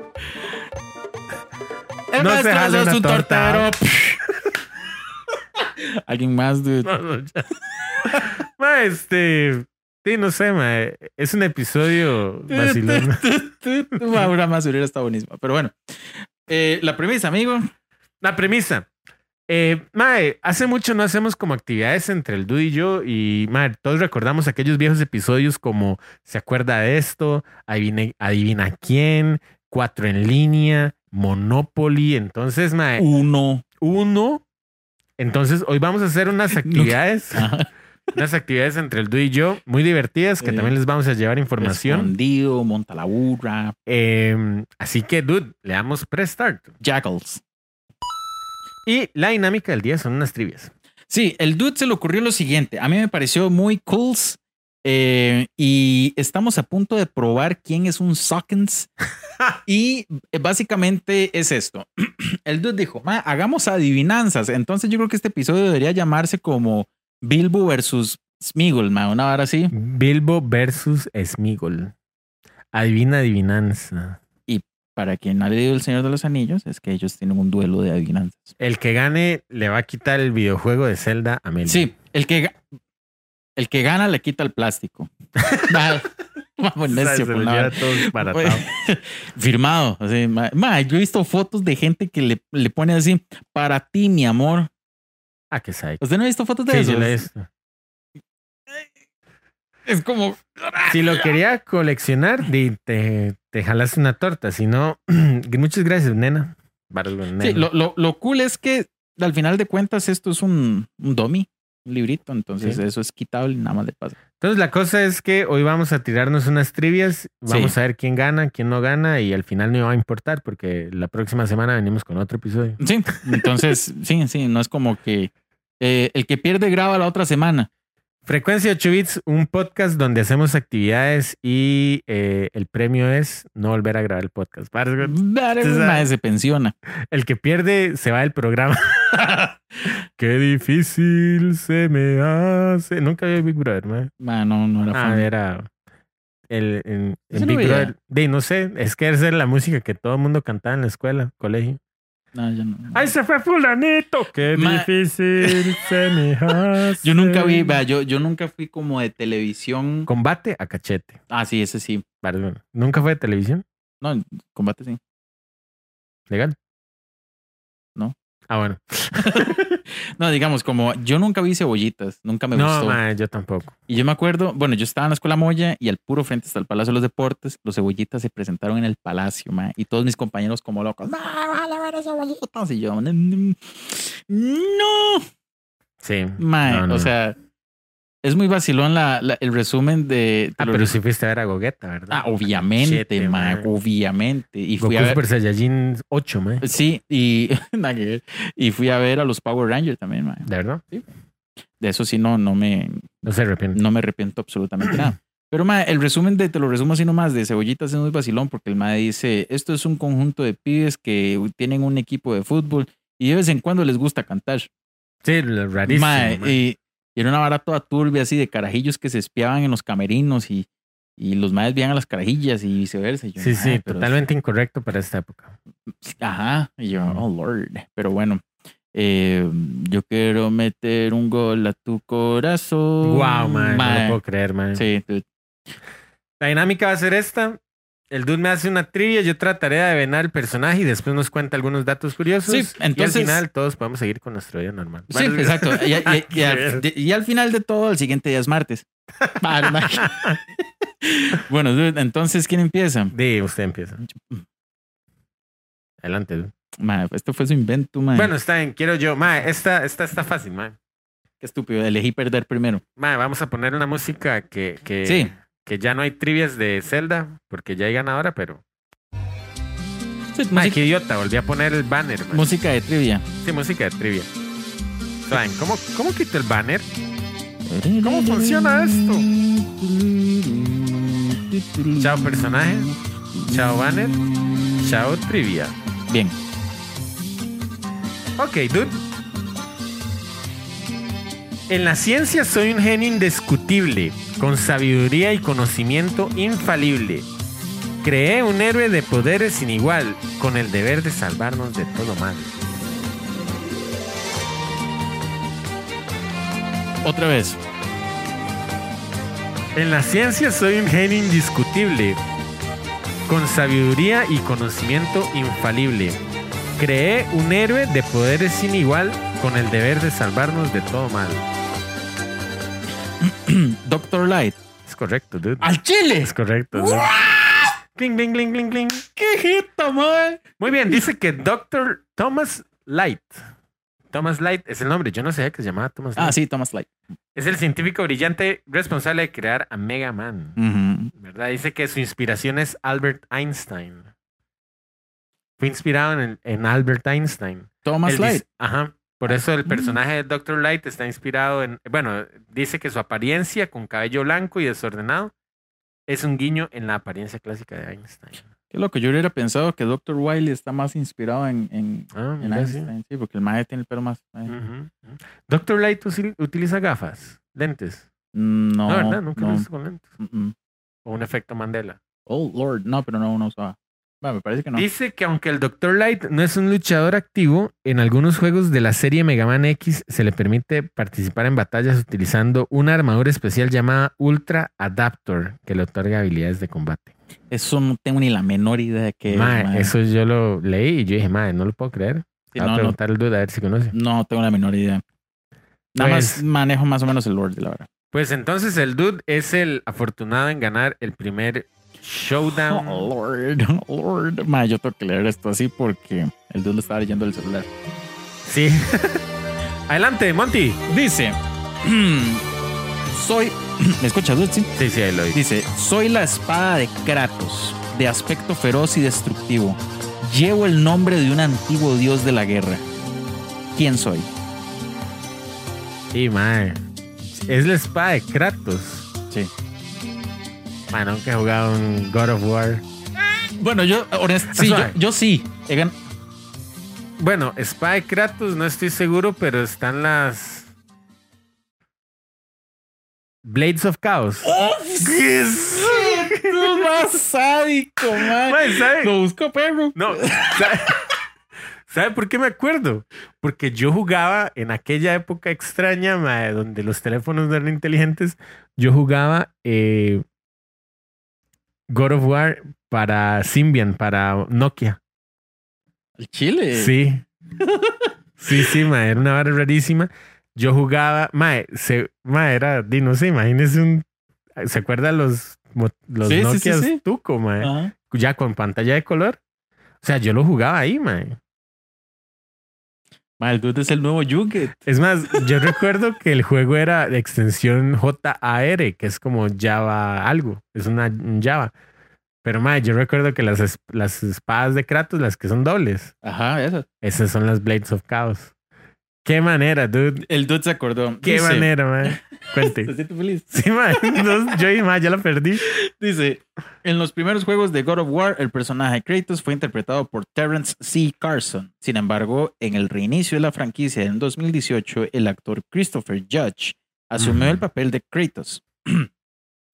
C: el
D: No se
C: maestro
D: jale
C: es
D: una
C: un
D: torta.
C: tortero.
D: [laughs]
C: Alguien más, dude.
D: No, no, ya. Ma, este. Sí, no sé, ma. Es un episodio
C: Este [laughs]
D: vacilón.
C: Ahora más Uriel está buenísima. Pero bueno, Eh, la premisa, amigo.
D: La premisa. Eh, mae, hace mucho no hacemos como actividades entre el Dude y yo y mae, todos recordamos aquellos viejos episodios como ¿Se acuerda de esto? Adivine- adivina quién, Cuatro en línea, Monopoly. Entonces, mae,
C: Uno.
D: uno. Entonces, hoy vamos a hacer unas actividades, unas actividades entre el Dude y yo muy divertidas que
C: Eh,
D: también les vamos a llevar información.
C: Escondido, monta la burra,
D: Eh, así que, dude, le damos pre-start.
C: jackals.
D: Y la dinámica del día son unas trivias.
C: Sí, el dude se le ocurrió lo siguiente. A mí me pareció muy cool. eh, y estamos a punto de probar quién es un Sockens. y eh, básicamente es esto. [clears throat] El dude dijo, "Ma, hagamos adivinanzas. Entonces yo creo que este episodio debería llamarse como Bilbo versus Smeagol, ma, una vara así.
D: Bilbo versus Smigol. Adivina adivinanza.
C: para quien ha leído El Señor de los Anillos, es que ellos tienen un duelo de adivinanzas.
D: El que gane le va a quitar el videojuego de Zelda a Meli.
C: Sí, el que, ga- el que gana le quita el plástico. Vale. [laughs] Vamos,
D: O sea,
C: necio,
D: se
C: por
D: lo
C: la
D: lleva
C: vara.
D: todo desbaratado.
C: Firmado. así, ma- ma, yo he visto fotos de gente que le, le pone así, para ti, mi amor.
D: Ah, qué psycho.
C: ¿Usted no ha visto fotos de
D: Sí,
C: eso?
D: yo leí esto.
C: Es como,
D: Si lo quería coleccionar, di- te, te jalas una torta. Si no, [clears throat] muchas gracias, nena. Para los
C: Sí,
D: nenes.
C: lo, lo, lo cool es que al final de cuentas esto es un, un dummy, un librito, entonces
D: Sí.
C: eso es quitable y nada más le pasa.
D: Entonces la cosa es que hoy vamos a tirarnos unas trivias, vamos a ver quién gana, quién no gana y al final no va a importar porque la próxima semana venimos con otro episodio.
C: Sí, entonces, [laughs] sí, sí, no es como que eh, el que pierde graba la otra semana.
D: Frecuencia 8 bits, un podcast donde hacemos actividades y eh, el premio es no volver a grabar el podcast. Parce, güey,
C: Dale,
D: Tú sabes.
C: nadie se pensiona.
D: El que pierde se va del programa. Qué difícil se me hace. Nunca vi Big Brother, man.
C: Ma, no, no era
D: Ah,
C: fan.
D: era el, en-
C: Yo
D: en
C: no
D: Big
C: veía.
D: Brother. De, no sé, es que esa era la música que todo el mundo cantaba en la escuela, colegio.
C: No, yo no.
D: ¡Ahí se fue fulanito! ¡Qué
C: Ma-
D: [laughs] difícil se me hace!
C: Yo nunca vi, vea, yo, yo nunca fui como de televisión.
D: Combate a cachete.
C: Ah, sí, ese sí.
D: Perdón. ¿Nunca fue de televisión?
C: No, combate sí.
D: ¿Legal?
C: No.
D: Ah, bueno.
C: No, digamos, como yo nunca vi cebollitas, nunca me
D: no,
C: gustó.
D: ma, yo tampoco.
C: Y yo me acuerdo, bueno, yo estaba en la escuela Moya y al puro frente está el Palacio de los Deportes. Los cebollitas se presentaron en el palacio, ma, y todos mis compañeros como locos. ¡No, van a ver a cebollitas! Y yo, "Mm, ¡No!
D: Sí.
C: ma".
D: No, no.
C: O sea, es muy vacilón la, la- el resumen de.
D: Ah,
C: de los-
D: pero sí fuiste a ver a Gogueta, ¿verdad?
C: Ah, obviamente,
D: Chete,
C: ma,
D: ma.
C: obviamente. Y
D: Goku
C: fui a ver.
D: Super Saiyajin 8, ma.
C: Sí, y, [laughs] nada que ver. y fui a ver a los Power Rangers también, ma.
D: ¿De verdad?
C: De eso sí, no, no me,
D: No se arrepiente.
C: no me arrepiento absolutamente nada. Pero ma, el resumen de, te lo resumo así nomás, de Cebollitas es muy vacilón porque el ma dice, esto es un conjunto de pibes que tienen un equipo de fútbol y de vez en cuando les gusta cantar.
D: Sí, lo rarísimo.
C: Ma,
D: ma.
C: y, y era una vara toda turbia así de carajillos que se espiaban en los camerinos y, y los maes veían a las carajillas y viceversa. Y yo,
D: sí,
C: "Ma,
D: sí,
C: pero-
D: totalmente incorrecto para esta época.
C: Ajá, y yo, oh lord. Pero bueno, eh, yo quiero meter un gol a tu corazón.
D: Wow, ma, no
C: Uh, Ma,
D: lo puedo creer, ma.
C: Sí, tú-
D: La dinámica va a ser esta. El dude me hace una trivia, yo trataré de venar el personaje y después nos cuenta algunos datos curiosos.
C: Sí,
D: Y al
C: entonces-
D: final todos podemos seguir con nuestro día normal.
C: Sí, pues.
D: Vale. [laughs]
C: exacto. Y, y- y- y al,
D: Qué
C: y al final de todo, el siguiente día es martes. Vale, ma- [laughs] bueno, dude, entonces, ¿quién empieza?
D: Di, usted empieza. Adelante. dude.
C: Ma, esto fue su invento, ma.
D: Bueno, está bien, quiero yo. Ma, esta, esta está fácil, ma.
C: qué estúpido. Elegí perder primero.
D: Ma, vamos a poner una música que, que,
C: Sí.
D: que ya no hay trivias de Zelda, porque ya hay ganadora, pero.
C: Sí,
D: Ma,
C: música,
D: qué idiota, volví a poner el banner, ma.
C: música de trivia.
D: Sí, música de trivia. ¿Saben cómo, cómo quito el banner? ¿Cómo funciona esto? Chao, personaje. Chao, banner. Chao, trivia.
C: Bien.
D: Ok, dude. En la ciencia soy un genio indiscutible, con sabiduría y conocimiento infalible. Creé un héroe de poderes sin igual, con el deber de salvarnos de todo mal.
C: Otra vez.
D: En la ciencia soy un genio indiscutible, con sabiduría y conocimiento infalible. Creé un héroe de poderes sin igual, con el deber de salvarnos de todo mal.
C: Doctor Light.
D: Es correcto, dude.
C: ¡Al chile!
D: Es correcto. dude. Cling, cling, cling, cling, cling.
C: ¡Qué jeta, ma!
D: Muy bien, dice que Dr. Thomas Light. Thomas Light es el nombre, yo no sabía que se llamaba Thomas Light.
C: Ah, sí, Thomas Light.
D: Es el científico brillante responsable de crear a Mega Man.
C: Ujú.
D: ¿verdad? Dice que su inspiración es Albert Einstein. Fue inspirado en, en Albert Einstein.
C: Thomas
D: El dis-
C: Light. Ah, mm.
D: Ajá. Por eso el personaje de Dr. Light está inspirado en. Bueno, dice que su apariencia con cabello blanco y desordenado es un guiño en la apariencia clásica de Einstein.
C: Qué loco, yo hubiera pensado que Dr. Wiley está más inspirado en, en,
D: Ah,
C: en
D: mira, sí.
C: Einstein, sí, porque el mae tiene el pelo más. eh, mae.
D: Ujú. Dr. Light usil- utiliza gafas, lentes.
C: No,
D: No, Mm. ¿verdad? Nunca lo
C: no,
D: he visto con lentes.
C: mm, mm.
D: O un efecto Mandela.
C: Oh, Lord, no, pero no, no usaba. Va, me parece que no.
D: Dice que aunque el Dr. Light no es un luchador activo, en algunos juegos de la serie Mega Man X se le permite participar en batallas utilizando una armadura especial llamada Ultra Adaptor, que le otorga habilidades de combate.
C: Eso no tengo ni la menor idea de qué es,
D: Mae,
C: mae.
D: eso yo lo leí y yo dije, madre, no lo puedo creer.
C: Sí,
D: Voy a
C: no, no,
D: preguntar al dude a ver si conoce.
C: no tengo la menor idea. Nada
D: Pues-
C: más manejo más o menos el Lord, la verdad.
D: Pues entonces el dude es el afortunado en ganar el primer [laughs] showdown.
C: Oh, Lord, [laughs] oh, Lord. Ma, yo tengo que leer esto así porque el dude lo estaba leyendo del celular.
D: Sí. [laughs] Adelante, Monty.
C: Dice: [clears throat] Soy. [clears throat] ¿Me escuchas, dude? Sí.
D: Sí, sí, ahí lo vi.
C: Dice, soy la espada de Kratos, de aspecto feroz y destructivo. Llevo el nombre de un antiguo dios de la guerra. ¿Quién soy?
D: Sí, mae. Es la espada de Kratos.
C: Sí.
D: Mae, nunca he jugado un God of War.
C: Bueno, yo, honest- sí, yo,
D: Suave.
C: yo sí. He gan-
D: Bueno, espada de Kratos, no estoy seguro, pero están las. Blades of Chaos.
C: ¡Qué tú más sádico, man!
D: Mae, ¿sabe?
C: Lo busco, perro.
D: No, ¿sabe, sabe por qué me acuerdo? Porque yo jugaba en aquella época extraña, mae, donde los teléfonos no eran inteligentes. Yo jugaba eh, God of War para Symbian, para Nokia.
C: El chile.
D: Sí. Sí, sí, mae, era una vara rarísima. Yo jugaba, mae, se, mae, era, di, no sé, imagínese un. ¿Se acuerdan los, mo- los
C: Sí, sí, sí,
D: Nokias
C: sí. Ah.
D: Tuco, mae?
C: Ajá.
D: Ya con pantalla de color. O sea, yo lo jugaba ahí, mae.
C: Ma, el dude es el nuevo Yuget.
D: Es más, yo recuerdo que el juego era de extensión JAR, que es como Java algo, es una un Java. Pero mae, yo recuerdo que las, es- las espadas de Kratos, las que son dobles,
C: Ajá, eso.
D: esas son las Blades of Chaos. Qué manera, dude.
C: El dude se acordó.
D: Qué
C: Dice, [laughs]
D: manera, mae.
C: ¿Te
D: Cuente.
C: sientes feliz?
D: Sí, mae. No, yo y mae, ya la perdí.
C: Dice, en los primeros juegos de God of War, el personaje Kratos fue interpretado por Terrence C. Carson. Sin embargo, en el reinicio de la franquicia en 2018, el actor Christopher Judge asumió
D: Ujú.
C: el papel de Kratos. [clears throat]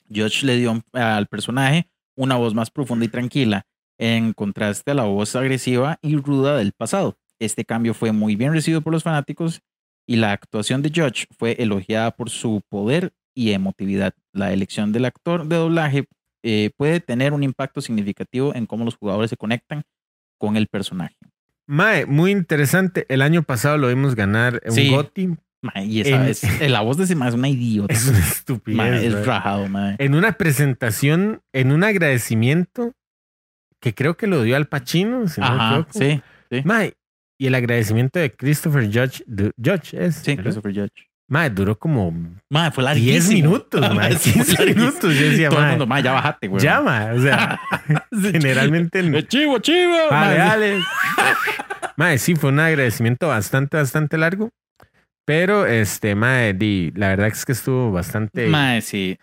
C: Judge le dio al personaje una voz más profunda y tranquila, en contraste a la voz agresiva y ruda del pasado. Este cambio fue muy bien recibido por los fanáticos y la actuación de Judge fue elogiada por su poder y emotividad. La elección del actor de doblaje eh, puede tener un impacto significativo en cómo los jugadores se conectan con el personaje.
D: Mae, muy interesante. El año pasado lo vimos ganar un
C: Sí.
D: GOTY.
C: Ma, y esa
D: En-
C: es, eh,
D: [laughs]
C: la voz de ese ma es una idiota. [laughs]
D: Es una
C: ma,
D: estupidez. mae. Eh,
C: es rajado, ma.
D: en una presentación, en un agradecimiento que creo que lo dio al Pacino, si no me
C: Ajá,
D: equivoco.
C: sí,
D: Mae, y el agradecimiento de Christopher Judge, du- Judge es.
C: sí,
D: ¿verdad?
C: Christopher Judge.
D: Mae, duró como
C: Ma, fue
D: 10
C: larguísimo.
D: minutos,
C: [laughs]
D: mae.
C: Sí,
D: 15
C: larguísimo.
D: minutos. Yo decía,
C: Todo el
D: mae,
C: mundo, ma, ya bájate, güey.
D: ya, mae.
C: [laughs]
D: O sea, [laughs] generalmente. en-
C: Eh, Chivo, [laughs] chivo.
D: Vale,
C: ma.
D: dale. Mae, sí, fue un agradecimiento bastante, bastante largo. Pero, este, mae, di, la verdad es que estuvo bastante.
C: Ma, sí.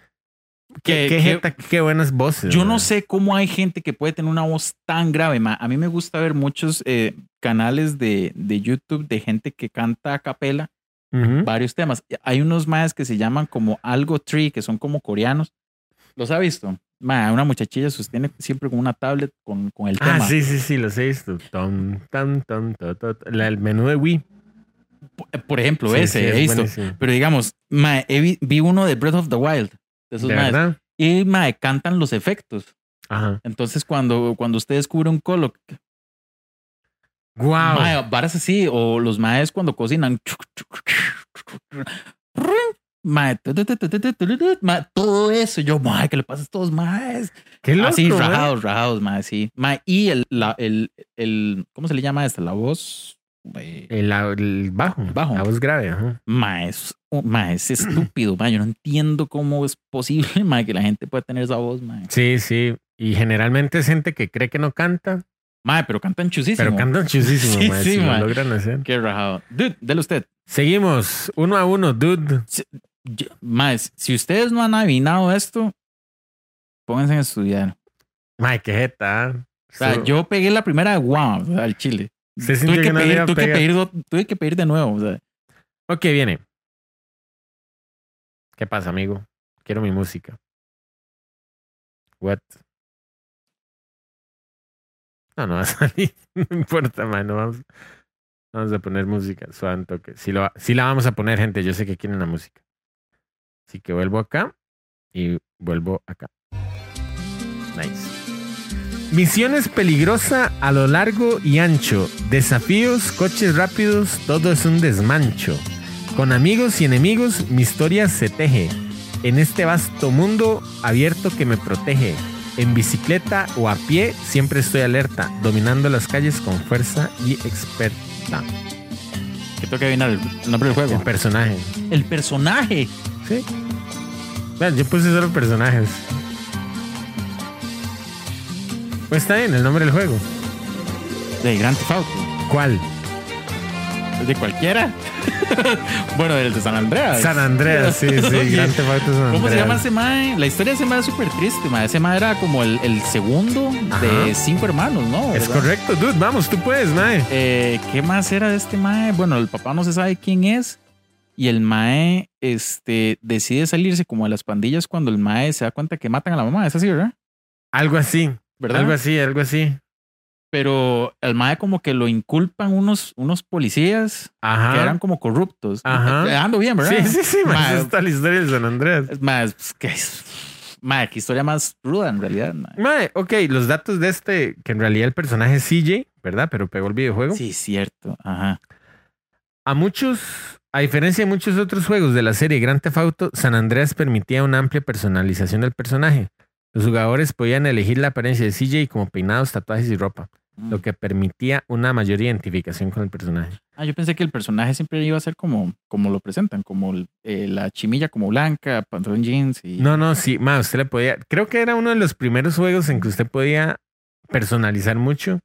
D: qué,
C: que-
D: qué
C: que-
D: jeta, qué buenas voces.
C: Yo no
D: mae.
C: sé cómo hay gente que puede tener una voz tan grave, ma. A mí me gusta ver muchos eh, canales de, de YouTube de gente que canta a capela
D: Ujú.
C: varios temas. Hay unos más que se llaman como algo tree, que son como coreanos. ¿Los ha visto? Ma, una muchachilla sostiene siempre con una tablet con, con el
D: Ah,
C: tema.
D: sí, sí, sí, los he visto. Tom, tom, tom, to, to, to. La- el menú de Wii.
C: P- Por ejemplo,
D: Sí,
C: ese
D: sí,
C: he
D: es
C: visto.
D: buenísimo.
C: Pero digamos, ma, he vi, vi uno de Breath of the Wild. de esos
D: ¿De
C: maes,
D: verdad?
C: y ma, cantan los efectos.
D: Ajá.
C: Entonces, cuando, cuando usted descubre un colo,
D: ¡Guau!
C: ma, varas así, o los maes cuando cocinan. Ma, tu, tu, tu, tu, tu, tu, tu, tu, ma, todo eso, yo, ma, que le pasa a estos maes.
D: ¡Qué loco! ¿eh?
C: Así,
D: mae!
C: rajados, rajados, más sí. Ma, y el, la, el, el, ¿cómo se le llama esta? La voz. eh,
D: El, el bajo.
C: Bajo.
D: La voz grave, ajá.
C: Ma, es, un- ma, es estúpido, ma. Yo no entiendo cómo es posible, [laughs] ma, que la gente pueda tener esa voz, ma.
D: Sí, sí. Y generalmente es gente que cree que no canta,
C: Ma, pero cantan chusísimo.
D: pero cantan
C: [laughs]
D: chusísimo,
C: Sí,
D: mae,
C: sí,
D: si lo
C: mae.
D: logran hacer.
C: Qué rajado. Dude, dele usted.
D: Seguimos. Uno a uno, dude.
C: Yo- Ma, si ustedes no han adivinado esto, pónganse a estudiar.
D: Mae, qué jeta. ¿ah?
C: O sea,
D: Estuvo-
C: yo pegué la primera guau al chile.
D: Se sintió
C: Tuve
D: que
C: que,
D: no le iba
C: pedir,
D: a
C: tuve que
D: pegar.
C: pedir do- tuve que pedir de nuevo. O sea,
D: Ok, viene. ¿Qué pasa, amigo? Quiero mi música. What? No, no va a [laughs] salir. No importa, man. No vamos, vamos a poner música. Suave toque. Sí, lo, va- sí la vamos a poner, gente. Yo sé que quieren la música. Así que vuelvo acá y vuelvo acá. Nice. Misiones peligrosa a lo largo y ancho. Desafíos, coches rápidos, todo es un desmancho. Con amigos y enemigos, mi historia se teje. En este vasto mundo abierto que me protege. En bicicleta o a pie, siempre estoy alerta, dominando las calles con fuerza y experta.
C: Que toca adivinar el nombre del
D: El
C: juego.
D: personaje.
C: El personaje.
D: Sí. Vean, yo puse solo personajes. Pues está bien el nombre del juego.
C: De Grand Theft Auto.
D: ¿Cuál?
C: ¿El de cualquiera? [laughs] bueno, el de San Andreas.
D: San Andreas, sí, sí.
C: [laughs] Oye,
D: Grand Theft Auto San Andreas.
C: ¿Cómo se llama ese mae? La historia de ese mae es súper triste, mae. Ese mae era como el, el segundo
D: Ajá.
C: de cinco hermanos, ¿no?
D: Es
C: ¿Verdad?
D: correcto, dude. Vamos, tú puedes, mae.
C: Eh, ¿Qué más era de este mae? Bueno, el papá no se sabe quién es. Y el mae este, decide salirse como de las pandillas cuando el mae se da cuenta que matan a la mamá. Es así, ¿verdad?
D: Algo así.
C: ¿Verdad?
D: Algo así, algo así.
C: Pero el mae como que lo inculpan unos, unos policías que
D: Ajá.
C: eran como corruptos.
D: Ajá.
C: Eh, Ando bien, ¿verdad?
D: Sí, sí, sí, mae.
C: Mae.
D: Esa está la historia del San Andreas.
C: Es más, pues, que es- mae, qué historia más ruda en realidad, mae.
D: Mae, ok, los datos de este, que en realidad el personaje es CJ, ¿verdad? Pero pegó el videojuego.
C: Sí, cierto. Ajá.
D: A muchos, a diferencia de muchos otros juegos de la serie Grand Theft Auto, San Andreas permitía una amplia personalización del personaje. Los jugadores podían elegir la apariencia de CJ como peinados, tatuajes y ropa, lo que permitía una mayor identificación con el personaje.
C: Ah, yo pensé que el personaje siempre iba a ser como, como lo presentan, como el- eh, la chimilla como blanca, pantalón jeans y...
D: No, no, sí, ma, usted le podía. Creo que era uno de los primeros juegos en que usted podía personalizar mucho.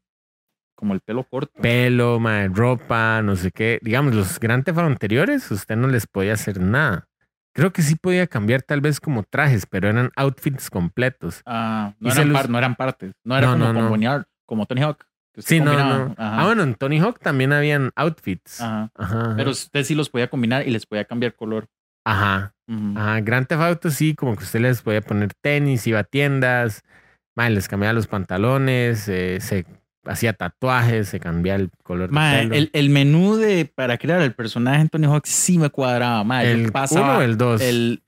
C: como el pelo corto.
D: Pelo, ma, ropa, no sé qué. Digamos, los Grand Theft Auto anteriores, usted no les podía hacer nada. Creo que sí podía cambiar tal vez como trajes, pero eran outfits completos.
C: Ah,
D: Y
C: no,
D: se
C: eran
D: los-
C: par- no eran partes. No era
D: No,
C: como
D: no,
C: con
D: no.
C: Bonnie Hart, como Tony Hawk. que usted
D: Sí, no,
C: combinaba.
D: no.
C: Ajá,
D: Ah, bueno, Ah. en Tony Hawk también habían outfits. Ajá.
C: ajá.
D: Ajá.
C: Pero usted sí los podía combinar y les podía cambiar color.
D: ajá.
C: Ujú.
D: Ajá. Grand Theft Auto sí, como que usted les podía poner tenis, iba a tiendas, mae, les cambiaba los pantalones, eh, se hacía tatuajes, se cambiaba el color
C: Mae,
D: de pelo.
C: el, el menú de para crear el personaje en Tony Hawk sí me cuadraba, mae. Yo
D: el
C: pasaba
D: uno o el dos.
C: El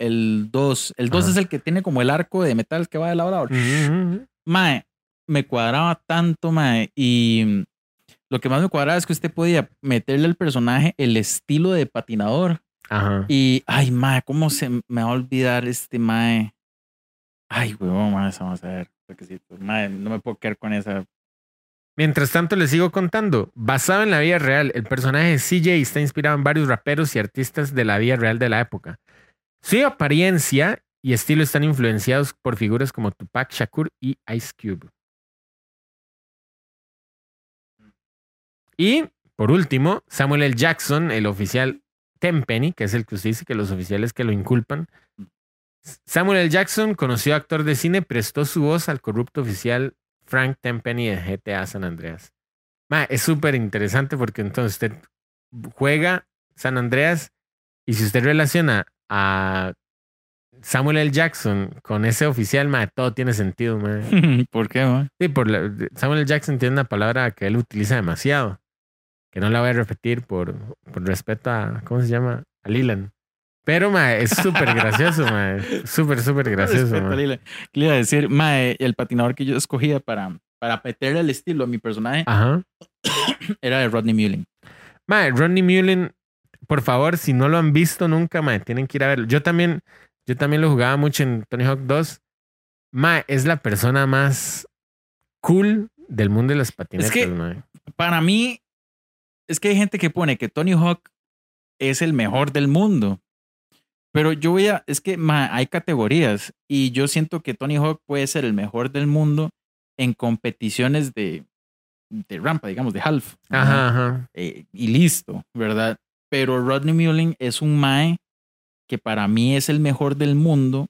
C: 2. El 2
D: Ajá.
C: es el que tiene como el arco de metal que va de lado a lado.
D: Ujú.
C: Mae, me cuadraba tanto, mae. Y lo que más me cuadraba es que usted podía meterle al personaje el estilo de patinador.
D: Ajá.
C: Y, ay, mae, ¿cómo se me va a olvidar este mae? Ay, huevón, mae, esa vamos a ver. requisitos. Mae, no me puedo quedar con esa. [laughs]
D: Mientras tanto, les sigo contando. Basado en la vida real, el personaje de CJ está inspirado en varios raperos y artistas de la vida real de la época. Su apariencia y estilo están influenciados por figuras como Tupac Shakur y Ice Cube. Y, por último, Samuel L. Jackson, el oficial Tempenny, que es el que usted dice que los oficiales que lo inculpan. Samuel L. Jackson, conocido actor de cine, prestó su voz al corrupto oficial Frank Tempenny de GTA San Andreas. Ma, es súper interesante porque entonces usted juega San Andreas y si usted relaciona a Samuel L. Jackson con ese oficial, ma, todo tiene sentido. Ma.
C: ¿Por qué, mae?
D: Sí, por la- Samuel L. Jackson tiene una palabra que él utiliza demasiado, que no la voy a repetir por, por respeto a, ¿cómo se llama? A Leland. Pero, ma, es súper gracioso, ma.
C: [laughs]
D: Súper, súper gracioso,
C: Respeto,
D: ma.
C: Lila. Le iba a decir, mae, el patinador que yo escogía para, para meterle el estilo a mi personaje
D: Ajá.
C: era de Rodney Mullen.
D: Mae, Ronnie Mullen, por favor, si no lo han visto nunca, mae, tienen que ir a verlo. Yo también, yo también lo jugaba mucho en Tony Hawk 2. Mae, es la persona más cool del mundo de las patinetas,
C: que-
D: mae.
C: Para mí, es que hay gente que pone que Tony Hawk es el mejor del mundo. Pero yo voy a, es que mae, hay categorías y yo siento que Tony Hawk puede ser el mejor del mundo en competiciones de, de rampa, digamos, de half.
D: Ajá, ajá.
C: eh, y listo, ¿verdad? Pero Rodney Mullen es un mae que para mí es el mejor del mundo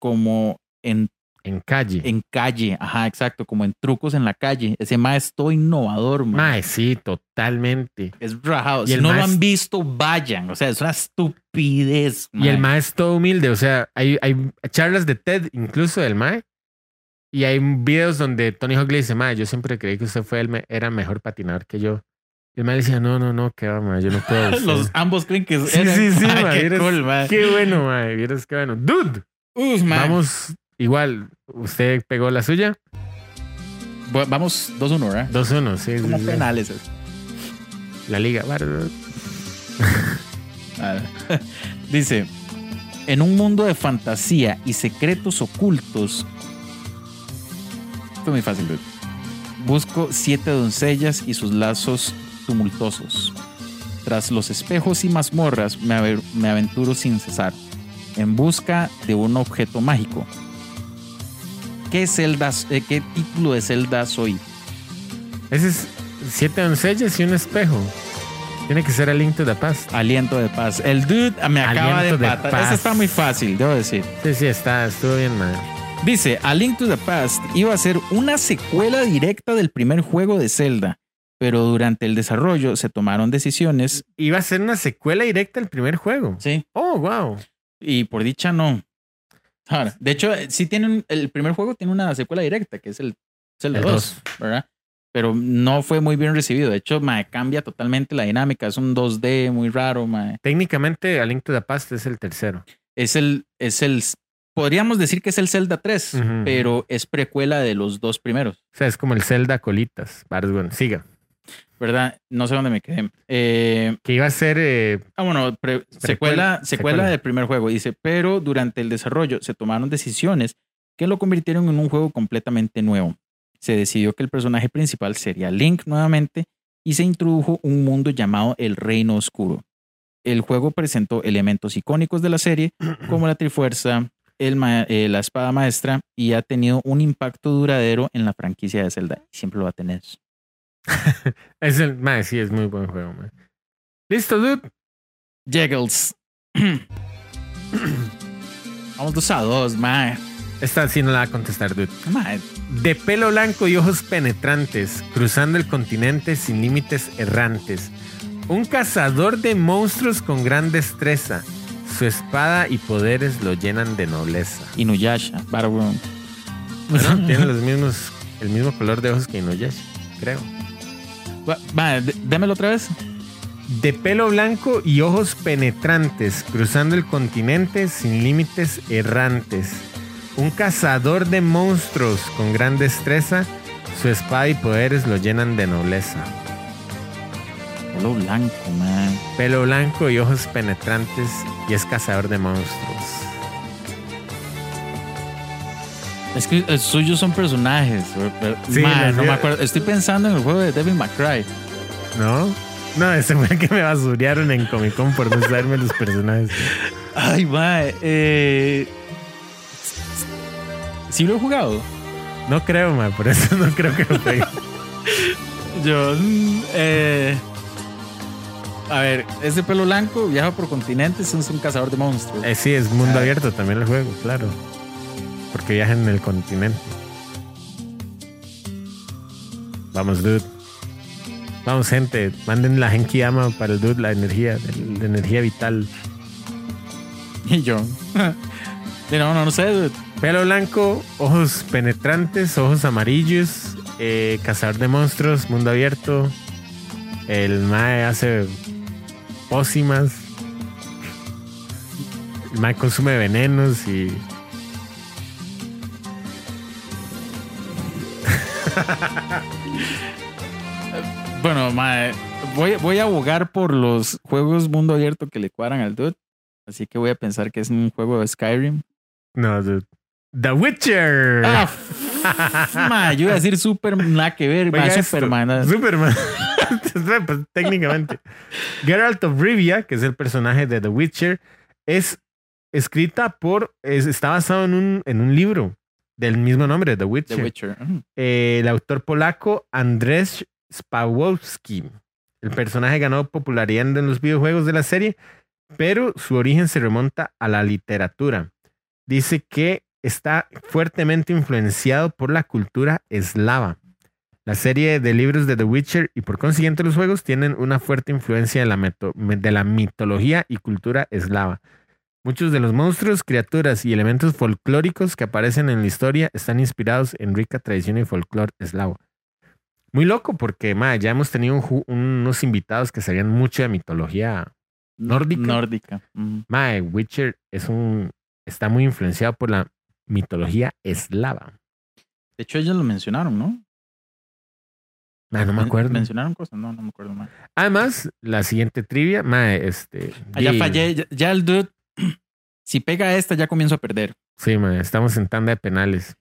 C: como en,
D: En calle.
C: en calle, ajá, exacto, como en trucos en la calle. Ese mae es todo innovador, mae.
D: Mae, sí, totalmente.
C: Es rajado.
D: Y
C: Si
D: el
C: no
D: mae
C: lo
D: es-
C: han visto, vayan. O sea, es una estupidez.
D: Y el
C: mae.
D: mae es todo humilde, o sea, hay, hay charlas de TED incluso del mae. Y hay videos donde Tony Hawk le dice, madre, yo siempre creí que usted fue el me- era mejor patinador que yo. Y el madre le decía, no, no, no, qué va, madre, yo no
C: [laughs]
D: puedo. usted". [laughs]
C: Los ambos creen que es.
D: Sí, sí, sí,
C: [laughs] Ah,
D: madre,
C: qué
D: vieras
C: cool, madre.
D: Qué bueno, madre, vieras qué bueno. Dude,
C: Uf, madre.
D: vamos igual. Usted pegó la suya.
C: Bu- Vamos 2-1, ¿verdad?
D: 2-1, sí, sí,
C: Como
D: sí.
C: penales. eh.
D: La liga. bárbaro.
C: Ah. [laughs] Dice, en un mundo de fantasía y secretos ocultos. Esto es muy fácil. dude. Busco siete doncellas y sus lazos tumultuosos. Tras los espejos y mazmorras me, aver- me aventuro sin cesar, en busca de un objeto mágico. ¿Qué, Zelda, eh, ¿Qué título de Zelda soy?
D: Ese es siete doncellas y un espejo. Tiene que ser el Link to the Past.
C: Aliento de paz. El dude me acaba
D: Aliento
C: de
D: de
C: empatar.
D: paz.
C: Ese está muy fácil, debo decir.
D: Sí, sí, está, estuvo bien, madre.
C: Dice, A Link to the Past iba a ser una secuela directa del primer juego de Zelda, pero durante el desarrollo se tomaron decisiones.
D: Iba a ser una secuela directa al primer juego.
C: Sí.
D: Oh, wow.
C: Y por dicha no. Ahora, de hecho, eh, sí tiene un- el primer juego tiene una secuela directa, que es el Zelda
D: El
C: 2, ¿verdad? Pero no fue muy bien recibido. De hecho, mae, cambia totalmente la dinámica. Es un 2D muy raro, mae.
D: Técnicamente, A Link to the Past es el tercero.
C: Es el, es el, podríamos decir que es el Zelda 3,
D: Ujú.
C: pero es precuela de los dos primeros.
D: O sea, es como el Zelda Colitas. Varas, Bueno, siga.
C: ¿verdad? No sé dónde me quedé. Eh,
D: Que iba a ser. eh,
C: ah, bueno, pre- secuela, secuela,
D: secuela.
C: del primer juego. Dice, pero durante el desarrollo se tomaron decisiones que lo convirtieron en un juego completamente nuevo. Se decidió que el personaje principal sería Link nuevamente y se introdujo un mundo llamado el Reino Oscuro. El juego presentó elementos icónicos de la serie como la Trifuerza, el ma- eh, la Espada Maestra y ha tenido un impacto duradero en la franquicia de Zelda. Y siempre lo va a tener.
D: es el. Madre, sí, es muy buen juego, madre. Listo, dude.
C: Jegels. [clears throat] Vamos dos a dos, mae.
D: Esta sí no la va a contestar, dude.
C: Mae,
D: De pelo blanco y ojos penetrantes, cruzando el continente sin límites errantes. Un cazador de monstruos con gran destreza. Su espada y poderes lo llenan de nobleza.
C: Inuyasha, Barroom.
D: Bueno, tiene los mismos, el mismo color de ojos que Inuyasha, creo.
C: Ba- Mae, dé- démelo otra vez.
D: De pelo blanco y ojos penetrantes, cruzando el continente sin límites errantes. Un cazador de monstruos con gran destreza, su espada y poderes lo llenan de nobleza.
C: Pelo blanco, mae.
D: Pelo blanco y ojos penetrantes y es cazador de monstruos.
C: Es que el suyo son personajes. pero-
D: Sí,
C: mae,
D: los
C: no me
D: míos-
C: acuerdo. Estoy pensando en el juego de Devil May Cry.
D: ¿No? No, ese fue el que me basurearon en Comic Con por no saberme los personajes.
C: Ay, mae. Eh... ¿Sí lo he jugado?
D: No creo, man, por eso no creo que lo pegue.
C: Yo. mm, eh, a ver, es de pelo blanco, viaja por continentes, es un cazador de monstruos.
D: Eh, sí, es mundo
C: Ah.
D: abierto también el juego, claro. Porque viaja en el continente. Vamos, dude. Vamos, gente. Manden la Genkiyama para el dude, la energía, el- la energía vital.
C: [laughs] Y yo. Sí, no, no, no sé. dude.
D: Pelo blanco, ojos penetrantes, ojos amarillos, eh, cazador de monstruos, mundo abierto. El Mae hace pócimas. El Mae consume venenos y.
C: Bueno, mae, voy, voy a abogar por los juegos mundo abierto que le cuadran al dude. Así que voy a pensar que es un juego de Skyrim.
D: No, dude. The Witcher.
C: Ah, f- mae, yo iba a decir super nada que ver, mae,
D: Oiga esto.
C: Superman. ah, nada.
D: Superman. [laughs] Pues, Técnicamente. Geralt of Rivia, que es el personaje de The Witcher, es escrita por. es- está basado en un, en un libro del mismo nombre, The Witcher.
C: The Witcher. mm, Ujú.
D: Eh, el autor polaco Andrzej Spawowski. El personaje ganó popularidad en los videojuegos de la serie, pero su origen se remonta a la literatura. Dice que está fuertemente influenciado por la cultura eslava. La serie de libros de The Witcher y por consiguiente los juegos tienen una fuerte influencia de la, meto- de la mitología y cultura eslava. Muchos de los monstruos, criaturas y elementos folclóricos que aparecen en la historia están inspirados en rica tradición y folclore eslavo. Muy loco porque ma, ya hemos tenido un ju- unos invitados que sabían mucho de mitología. Nórdica.
C: Nórdica. mm. ujú.
D: Ma, Witcher es un, está muy influenciado por la mitología eslava.
C: De hecho, ellos lo mencionaron, ¿no?
D: Ma, Ah, no me
C: Men-
D: acuerdo.
C: Mencionaron cosas, no, no me acuerdo más.
D: Además, la siguiente trivia, ma, este...
C: Allá
D: Jade.
C: fallé, Ah, ya, ya el dude. [clears throat] Si pega esta, ya comienzo a perder.
D: Sí, ma, estamos en tanda de penales.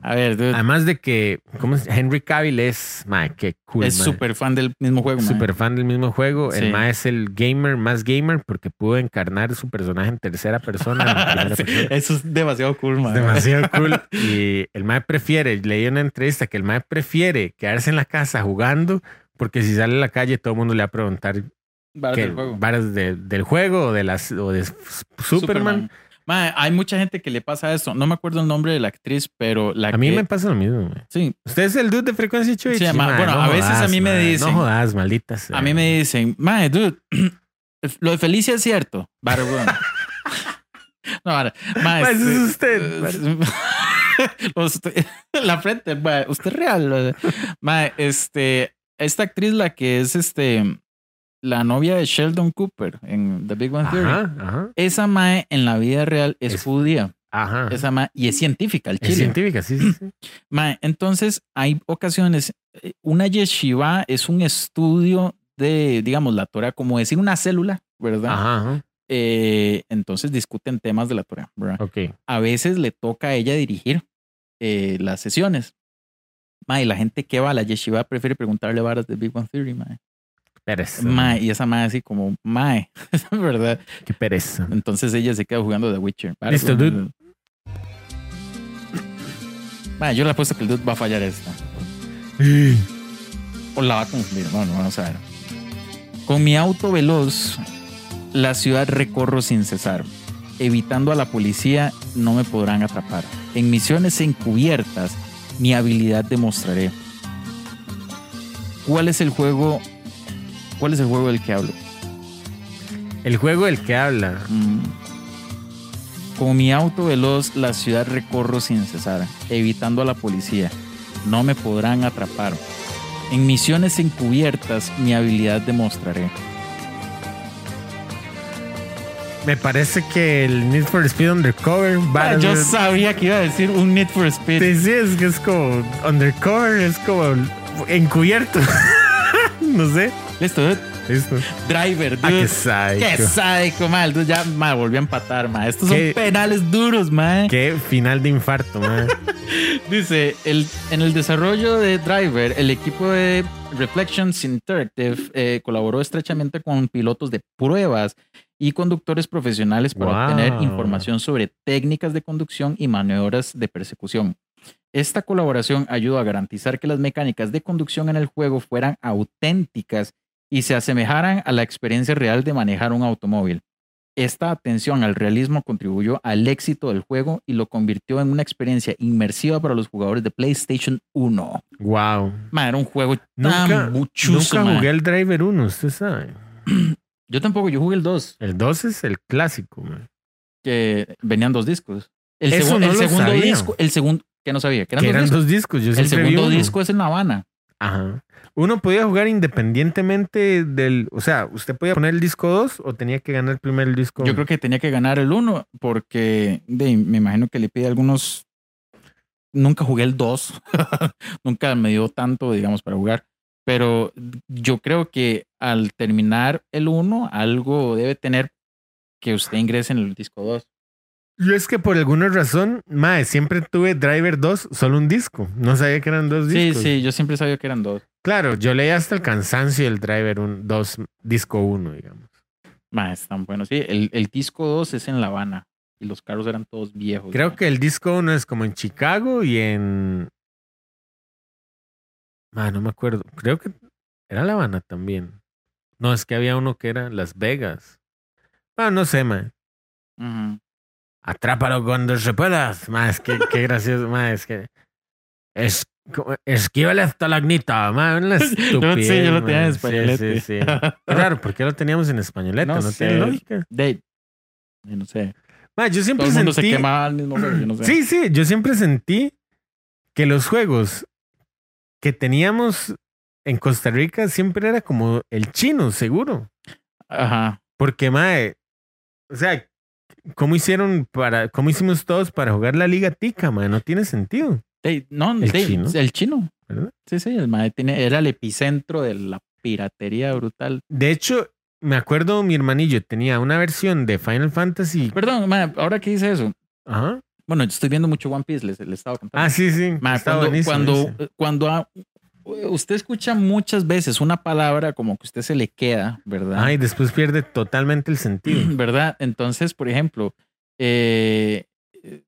C: A ver, dude.
D: Además de que, ¿cómo es? Henry Cavill es, ma, qué cool.
C: es
D: ma.
C: súper fan del mismo juego, mae.
D: Super fan del mismo juego.
C: Sí.
D: El Ma es el gamer más gamer porque pudo encarnar su personaje en tercera persona.
C: [laughs]
D: en primera
C: Sí,
D: persona.
C: Eso es demasiado cool,
D: Es
C: man. [laughs]
D: demasiado cool. Y el Mae prefiere, leí una entrevista que el Mae prefiere quedarse en la casa jugando porque si sale a la calle todo el mundo le va a preguntar
C: Barato
D: que,
C: el juego.
D: varas de- del juego o de, las, o de S- Superman.
C: Mae, hay mucha gente que le pasa eso. No me acuerdo el nombre de la actriz, pero la
D: A mí
C: que-
D: me pasa lo mismo. mae.
C: Sí,
D: Usted es el dude de frecuencia Chuy.
C: Sí, ma- bueno, a veces a mí me dicen-
D: No jodas, maldita sea.
C: a mí me dicen, mae, dude, [clears throat] lo de Felicia es cierto. Vale, weón. [laughs] No, ahora, mae,
D: Ma, ese
C: este-
D: es usted. ma.
C: [laughs] Usted- la frente, mae, usted es real. Mae, este, esta actriz, la que es este, la novia de Sheldon Cooper en The Big One Theory.
D: Ajá, ajá,
C: Esa mae en la vida real es,
D: Es-
C: judía.
D: ajá.
C: Esa mae, y es científica, el chile.
D: Es científica, sí, sí, sí.
C: Mae, entonces hay ocasiones, eh, una yeshiva es un estudio de, digamos, la Torah, como decir una célula, ¿verdad?
D: Ajá, ajá.
C: Eh, entonces discuten temas de la Torah, ¿verdad?
D: Ok.
C: A veces le toca a ella dirigir eh, las sesiones. Mae, la gente que va a la yeshiva prefiere preguntarle varas de Big One Theory, mae.
D: Pereza.
C: Mae, y esa mae así como, mae, [laughs] ¿verdad?
D: Qué pereza.
C: Entonces ella se queda jugando The Witcher. ¿vale?
D: Listo, dude.
C: Mae, yo le apuesto que el dude va a fallar esta. O la va a confundir. Bueno, vamos a ver. Con mi auto veloz, la ciudad recorro sin cesar. Evitando a la policía, no me podrán atrapar. En misiones encubiertas, mi habilidad demostraré. ¿Cuál es el juego? ¿Cuál es el juego del que hablo?
D: El juego del que habla.
C: Mm. Con mi auto veloz la ciudad recorro sin cesar, evitando a la policía. No me podrán atrapar. En misiones encubiertas mi habilidad demostraré.
D: Me parece que el Need for Speed Undercover. va a-
C: Ah, yo sabía que iba a decir un Need for Speed.
D: Sí, sí, es que es como Undercover, es como encubierto. [laughs] no sé.
C: Listo, dude.
D: Esto.
C: driver,
D: Ah,
C: dude.
D: qué
C: Qué
D: psycho.
C: sádico, mal. Dude, ya ma, volví a empatar, ma. Estos
D: Qué-
C: son penales duros, ma. eh.
D: Qué final de infarto, man.
C: Dice, el, en el desarrollo de Driver, el equipo de Reflections Interactive eh, colaboró estrechamente con pilotos de pruebas y conductores profesionales para
D: Wow.
C: obtener información sobre técnicas de conducción y maniobras de persecución. Esta colaboración ayudó a garantizar que las mecánicas de conducción en el juego fueran auténticas y se asemejaran a la experiencia real de manejar un automóvil. Esta atención al realismo contribuyó al éxito del juego y lo convirtió en una experiencia inmersiva para los jugadores de PlayStation 1.
D: wow.
C: Ma, era un juego
D: Nunca,
C: tan buchuzo,
D: nunca
C: ma.
D: jugué el Driver 1, usted sabe.
C: Yo tampoco, yo jugué el 2,
D: El 2 es el clásico, man.
C: que venían dos discos. El,
D: Eso
C: segun-
D: no
C: el
D: lo
C: segundo
D: sabía.
C: disco, el segundo, que no sabía, que eran
D: Que
C: dos
D: eran
C: discos.
D: dos discos. Yo
C: el
D: siempre vi
C: segundo
D: uno.
C: disco es en La Habana.
D: Ajá. Uno podía jugar independientemente del. O sea, usted podía poner el disco 2 o tenía que ganar primero el disco
C: Yo creo que tenía que ganar el 1 porque de, me imagino que le pide algunos... Nunca jugué el 2, [laughs] nunca me dio tanto, digamos, para jugar, pero yo creo que al terminar el 1 algo debe tener que usted ingrese en el disco 2.
D: Yo es que por alguna razón, mae, siempre tuve Driver 2, solo un disco. No sabía que eran dos
C: Sí,
D: discos.
C: sí, yo siempre sabía que eran dos.
D: Claro, yo leía hasta el cansancio del Driver 1, 2, disco 1, digamos.
C: Más tan bueno, sí, el, el disco 2 es en La Habana y los carros eran todos viejos.
D: Creo
C: ma.
D: que el disco 1 es como en Chicago y en. Ah, no me acuerdo. Creo que era La Habana también. No, es que había uno que era Las Vegas. Ah, no sé, mae.
C: Ujú.
D: Atrápalo cuando se puedas. Más que qué gracioso, más es que es como- esquiva la estalagmita, más
C: [laughs]
D: una estupidez.
C: yo lo tenía en este.
D: ma. Sí,
C: españolete.
D: Sí,
C: [laughs]
D: sí, Claro, ¿por qué lo teníamos en españolete?
C: No
D: No,
C: sé.
D: tiene lógica.
C: Dave. Yo No sé.
D: Ma, yo siempre
C: Todo el mundo se
D: sentí.
C: quema al mismo juego, yo no sé.
D: Sí, sí, yo siempre sentí que los juegos que teníamos en Costa Rica siempre era como el chino, seguro.
C: Ajá.
D: Porque, mae, o sea, ¿cómo hicieron para, cómo hicimos todos para jugar la Liga Tica, mae? No tiene sentido.
C: Ey, no,
D: El
C: ey,
D: chino.
C: el chino.
D: ¿Verdad?
C: Sí, sí, el mae tiene- era el epicentro de la piratería brutal.
D: De hecho, me acuerdo mi hermanillo tenía una versión de Final Fantasy.
C: Perdón, mae, ahora que dice eso.
D: Ajá.
C: Bueno, yo estoy viendo mucho One Piece, les, les estaba contando.
D: Ah, sí, sí.
C: Mae,
D: Está
C: cuando,
D: buenísimo
C: cuando,
D: ese.
C: cuando a- usted escucha muchas veces una palabra como que a usted se le queda, ¿verdad?
D: Ay, después pierde totalmente el sentido.
C: [clears throat] ¿Verdad? Entonces, por ejemplo, eh, eh,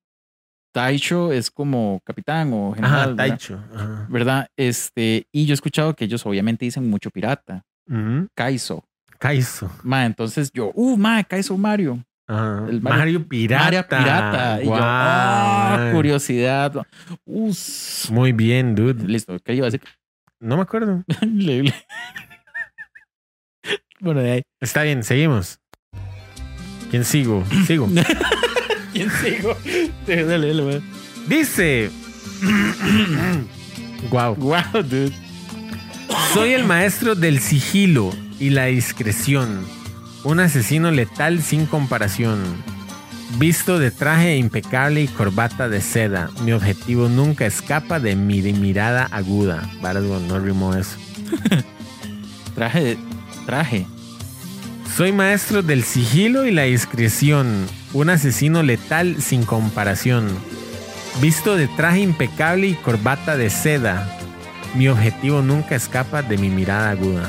C: Taicho es como capitán o general.
D: Ajá,
C: ¿verdad?
D: Taicho. Ajá.
C: ¿Verdad? Este, y yo he escuchado que ellos obviamente dicen mucho pirata,
D: Ujú.
C: Kaizo.
D: Mm-hmm. Kaizo.
C: Ma, entonces yo, uh, ma, Kaizo Mario.
D: Ajá.
C: El
D: Mario,
C: Mario-
D: Pirata.
C: Mario pirata. Y yo,
D: Guau,
C: ah,
D: mae.
C: curiosidad. Uh, s-
D: Muy bien, dude.
C: listo, ¿qué iba a decir? [laughs]
D: No me acuerdo.
C: Le- le- bueno, de ahí.
D: Está bien, seguimos. ¿Quién sigo?
C: [clears throat]
D: Sigo.
C: ¿Quién sigo? Dale, dale, dale.
D: Dice. [clears throat] Guau.
C: Wow, dude.
D: Soy el maestro del sigilo y la discreción. Un asesino letal sin comparación. Visto de traje impecable y corbata de seda. Mi objetivo nunca escapa de mi mirada aguda. Varas, bueno, no rimó eso.
C: Traje, traje.
D: Soy maestro del sigilo y la discreción, un asesino letal sin comparación. Visto de traje impecable y corbata de seda, mi objetivo nunca escapa de mi mirada aguda.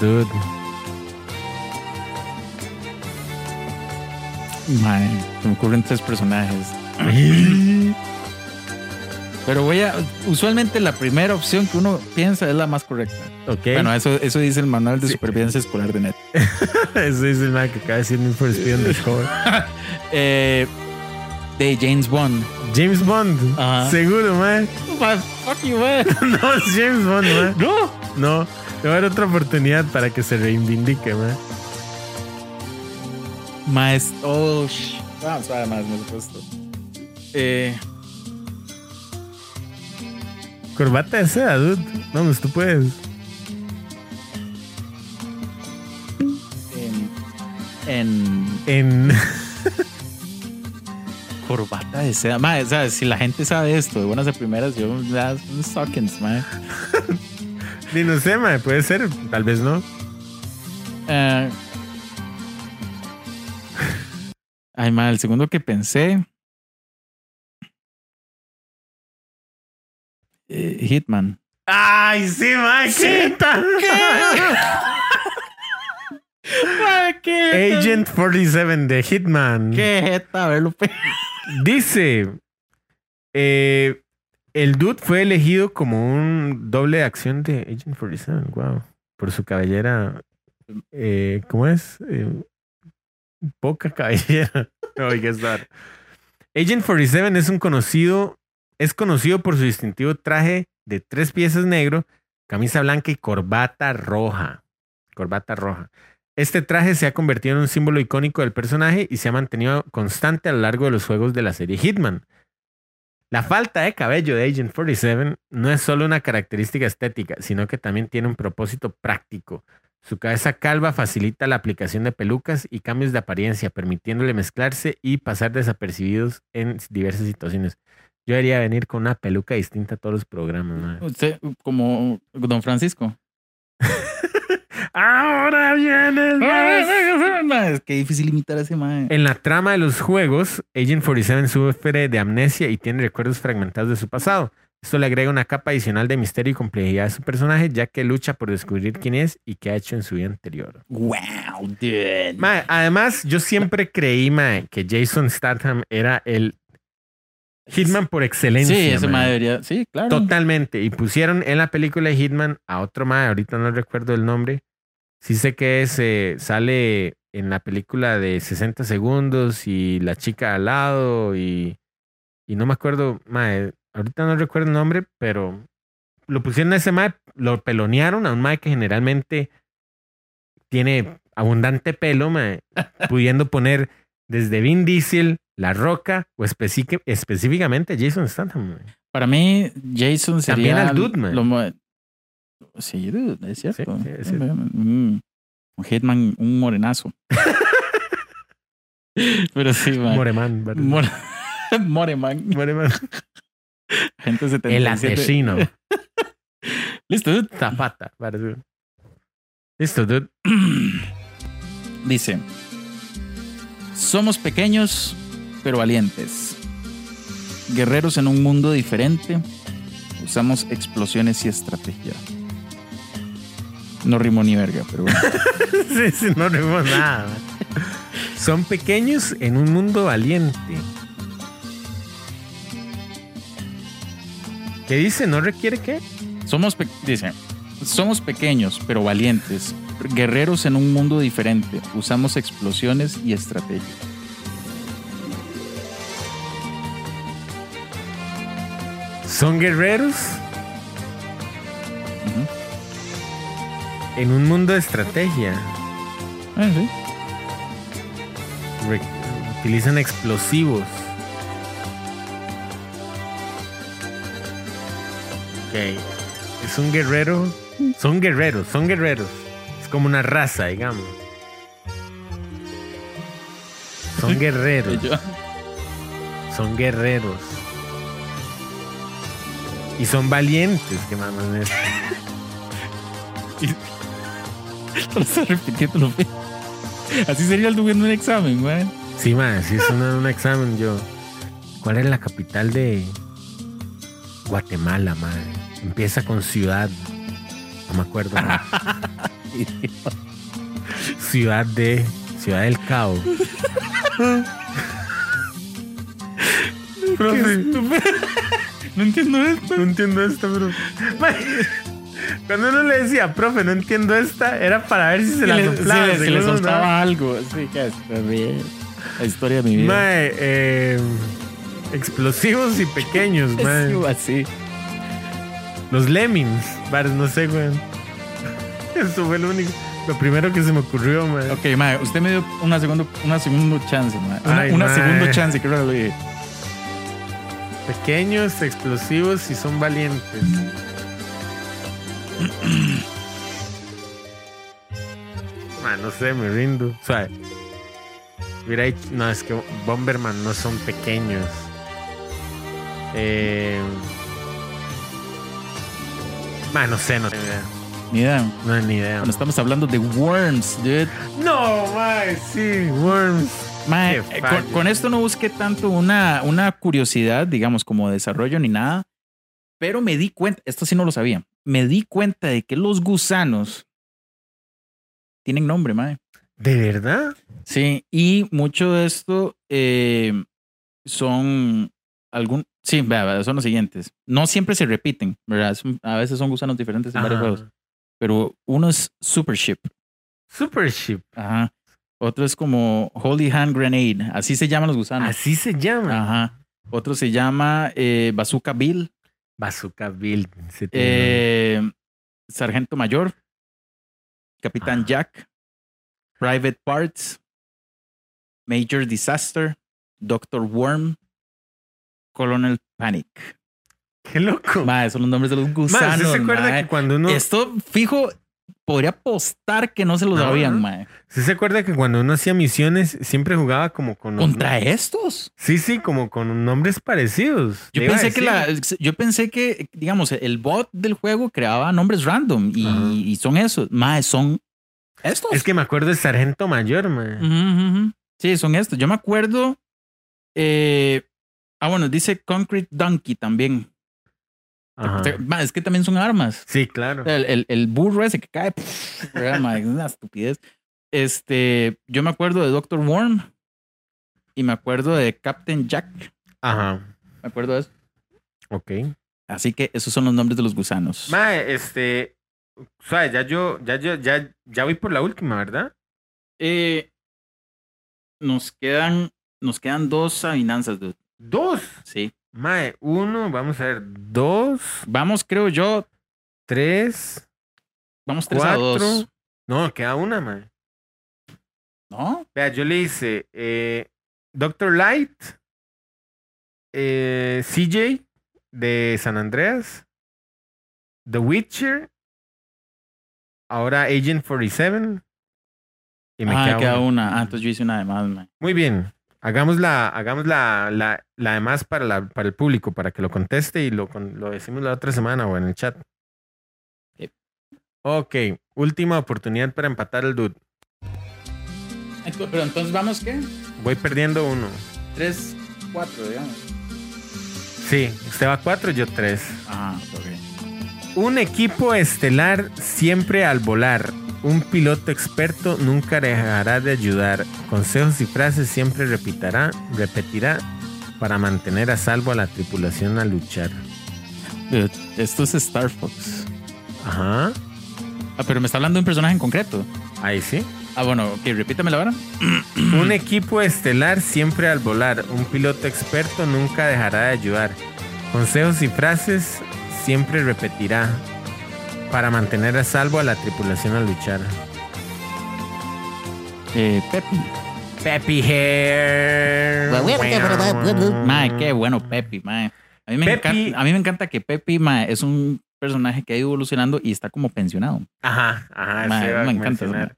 C: [clears throat]
D: dude.
C: Mae, se me ocurren tres personajes. Pero voy a. Usualmente la primera opción que uno piensa es la más correcta.
D: Ok. [laughs]
C: Bueno, eso, eso dice el manual de
D: Sí.
C: supervivencia escolar de net.
D: Eso es el man que acaba de decir Need for Speed
C: [clears throat]
D: Undercover.
C: Eh, de James Bond.
D: James Bond.
C: Ajá.
D: Seguro, man. [laughs] No, es James Bond, man.
C: No.
D: No. Te voy a dar otra oportunidad para que se reivindique, man.
C: Maestro. Oh, sh- Ah, suave, más, por supuesto. Eh,
D: Corbata de seda, dude. Vamos, tú puedes.
C: en, en
D: En. [laughs]
C: corbata de seda. Mae, o sea, si la gente sabe esto, de buenas a primeras, yo me das un stockings, mae.
D: Ni no sé, mae, puede ser, tal vez no.
C: Eh, Ay, mal, el segundo que pensé. Eh, Hitman.
D: ¡Ay, sí, mae! ¿Qué tal?
C: ¿Qué?
D: Agent 47 de Hitman.
C: ¿Qué jeta haberlo pe-
D: Dice: eh, El dude fue elegido como un doble de acción de Agent 47. Wow. Por su cabellera. eh, ¿Cómo es? Eh, poca [laughs] cabellera. Oiga, es raro. Agent 47 es un conocido. Es conocido por su distintivo traje de tres piezas negro, camisa blanca y corbata roja. Corbata roja. Este traje se ha convertido en un símbolo icónico del personaje y se ha mantenido constante a lo largo de los juegos de la serie Hitman. La falta de cabello de Agent 47 no es solo una característica estética, sino que también tiene un propósito práctico. Su cabeza calva facilita la aplicación de pelucas y cambios de apariencia, permitiéndole mezclarse y pasar desapercibidos en diversas situaciones. Yo debería venir con una peluca distinta a todos los programas. madre.
C: Usted, como Don Francisco.
D: Ahora viene el mes.
C: Es que difícil imitar a ese mae.
D: En la trama de los juegos, Agent 47 sufre de amnesia y tiene recuerdos fragmentados de su pasado. Esto le agrega una capa adicional de misterio y complejidad a su personaje, ya que lucha por descubrir quién es y qué ha hecho en su vida anterior.
C: Wow, dude.
D: Mae, además, yo siempre creí mae, que Jason Statham era el Hitman por excelencia.
C: sí, ese
D: mae.
C: mae debería. Sí, claro.
D: Totalmente. Y pusieron en la película de Hitman a otro mae, ahorita no recuerdo el nombre. Sí sé que es, eh, sale en la película de 60 segundos y la chica al lado y, y no me acuerdo, mae, ahorita no recuerdo el nombre, pero lo pusieron a ese mae, lo pelonearon a un mae que generalmente tiene abundante pelo, mae, pudiendo poner desde Vin Diesel, La Roca o especi- específicamente Jason Statham. mae.
C: Para mí, Jason sería.
D: También al dude, man.
C: lo mo- sí, dude, es cierto.
D: Sí, sí, es cierto.
C: Mm. Un Hitman, un
D: [laughs]
C: morenazo. Pero sí, man.
D: Moreman. ¿verdad?
C: More- [laughs] Moreman.
D: Moreman.
C: Gente 77.
D: El asesino.
C: Listo, dude.
D: Zapata. parece. Listo, dude.
C: Dice: Somos pequeños, pero valientes. Guerreros en un mundo diferente. Usamos explosiones y estrategia. No rimo ni verga, pero bueno.
D: [laughs] Sí, sí, no tenemos nada. Son pequeños en un mundo valiente. ¿Qué dice? ¿No requiere qué?
C: Somos, pe- dice, somos pequeños, pero valientes. Guerreros en un mundo diferente. Usamos explosiones y estrategia.
D: Son guerreros en un mundo de estrategia.
C: Ah, sí.
D: Re- utilizan explosivos. Ok. Es un guerrero. Son guerreros, son guerreros. Es como una raza, digamos. Son guerreros,
C: Y yo,
D: son guerreros. Y son valientes, que maman es.
C: [laughs] lo estoy repitiendo, lo ve. Así sería el dueño en un examen, güey.
D: Sí, man, sí, es una- un examen yo. ¿Cuál es la capital de Guatemala, madre? Empieza con ciudad. No me acuerdo. mae. [laughs] ciudad de. Ciudad del Cabo. Profe,
C: [laughs] No entiendo esto.
D: no entiendo esta, bro. Cuando uno le decía, profe, no entiendo esta, era para ver si se la
C: le-
D: soplaba.
C: sí, le-
D: si
C: se
D: no,
C: le
D: no.
C: soltaba algo. Sí, que está bien. La historia de mi vida.
D: Mae, eh, explosivos y pequeños,
C: [laughs] Sí,
D: mae.
C: así.
D: Los Lemmings. Vares, no sé, güey. [laughs] Eso fue lo único. Lo primero que se me ocurrió, man.
C: Ok, mae, usted me dio una segunda, una segunda chance, mae. Una,
D: Ay,
C: una
D: mae.
C: segunda chance, creo que lo dije.
D: Pequeños, explosivos y son [clears throat] valientes. Man, Ah, no sé, me rindo. O sea, hubiera dicho- no, es que Bomberman no son pequeños. Eh, man, ah, no sé, no tengo idea.
C: Ni idea.
D: No, ni idea.
C: Bueno, estamos hablando de Worms, dude.
D: No, man, sí, Worms.
C: Mae,
D: Qué
C: eh,
D: fallo.
C: con, con esto no busqué tanto una, una curiosidad, digamos, como desarrollo ni nada, pero me di cuenta, esto sí no lo sabía, me di cuenta de que los gusanos tienen nombre, mae.
D: ¿De verdad?
C: Sí, y mucho de esto eh, son algún... Sí, vea, vea, son los siguientes. No siempre se repiten, ¿verdad? Son- a veces son gusanos diferentes en varios
D: Ajá.
C: juegos, pero uno es Super Ship.
D: Super Ship.
C: Ajá. Otro es como Holy Hand Grenade. Así se llaman los gusanos.
D: Así se llama.
C: Ajá. Otro se llama eh, Bazooka Bill.
D: Bazooka Bill. se tiene
C: eh, Sargento Mayor. Capitán
D: Ajá.
C: Jack. Private Parts. Major Disaster. Doctor Worm. Colonel Panic.
D: nombre. Qué loco.
C: Madre, son los nombres de los
D: Más,
C: gusanos.
D: Oh. se acuerda
C: mae?
D: que cuando uno.
C: Esto, fijo, podría apostar que no se los
D: No,
C: sabían,
D: no.
C: mae.
D: ¿sí se acuerda que cuando uno hacía misiones siempre jugaba como con. los
C: ¿Contra
D: nombres?
C: estos?
D: Sí, sí, como con nombres parecidos.
C: Yo
D: Te iba a
C: pensé, que la,
D: decir.
C: yo pensé que, digamos, el bot del juego creaba nombres random y,
D: Ajá.
C: y son esos. Más son estos.
D: Es que me acuerdo de Sargento Mayor, man.
C: Ujú, ujú, ujú. Sí, son estos. Yo me acuerdo. eh, ah, bueno, dice Concrete Donkey también.
D: Ajá.
C: O sea, ma, es que también son armas.
D: Sí, claro.
C: El, el- el burro ese que cae. pff, ¿verdad,
D: [laughs]
C: ma? es una estupidez. Este, yo me acuerdo de Doctor Worm y me acuerdo de Captain Jack.
D: Ajá.
C: Me acuerdo de eso.
D: Ok.
C: Así que esos son los nombres de los gusanos.
D: Mae, este. O sea, ya yo, ya yo, ya, ya voy por la última, ¿verdad?
C: Eh, nos quedan, nos quedan dos adivinanzas, dude.
D: Dos.
C: Sí.
D: Mae, uno, vamos a ver, dos,
C: Vamos, creo yo,
D: tres,
C: vamos tres a
D: cuatro.
C: dos.
D: No, queda una, mae.
C: ¿No?
D: Vea, yo le hice eh, Doctor Light, eh, CJ de San Andreas, The Witcher, ahora Agent 47. Y me
C: ah,
D: queda
C: queda
D: una.
C: una. Ah, entonces yo hice una de más, mae.
D: Muy bien. Hagamos la, hagamos la, la, la demás para, la, para el público, para que lo conteste y lo, con- lo decimos la otra semana o en el chat.
C: Yep.
D: Ok, última oportunidad para empatar el dude.
C: Ento- Pero entonces vamos, ¿qué?
D: Voy perdiendo uno.
C: Tres, cuatro, digamos.
D: Sí, usted va cuatro, yo tres.
C: Ah, ok.
D: Un equipo estelar siempre al volar. Un piloto experto nunca dejará de ayudar. Consejos y frases siempre repitará, repetirá para mantener a salvo a la tripulación a luchar.
C: Eh, Esto es Star Fox.
D: Ajá,
C: Ah, pero me está hablando de un personaje en concreto.
D: ahí sí.
C: Ah, bueno, ok, repítame la hora.
D: Un equipo estelar siempre al volar. Un piloto experto nunca dejará de ayudar. Consejos y frases siempre repetirá para mantener a salvo a la tripulación a luchar.
C: Eh, Pepi.
D: Peppy Hair.
C: Mae, qué bueno Pepi, mae. A mí, me
D: Pepi.
C: encanta, a mí me encanta que Pepi mae, es un personaje que ha ido evolucionando y está como pensionado.
D: Ajá, ajá.
C: Ma,
D: se iba a
C: me encanta
D: mencionar.
C: eso,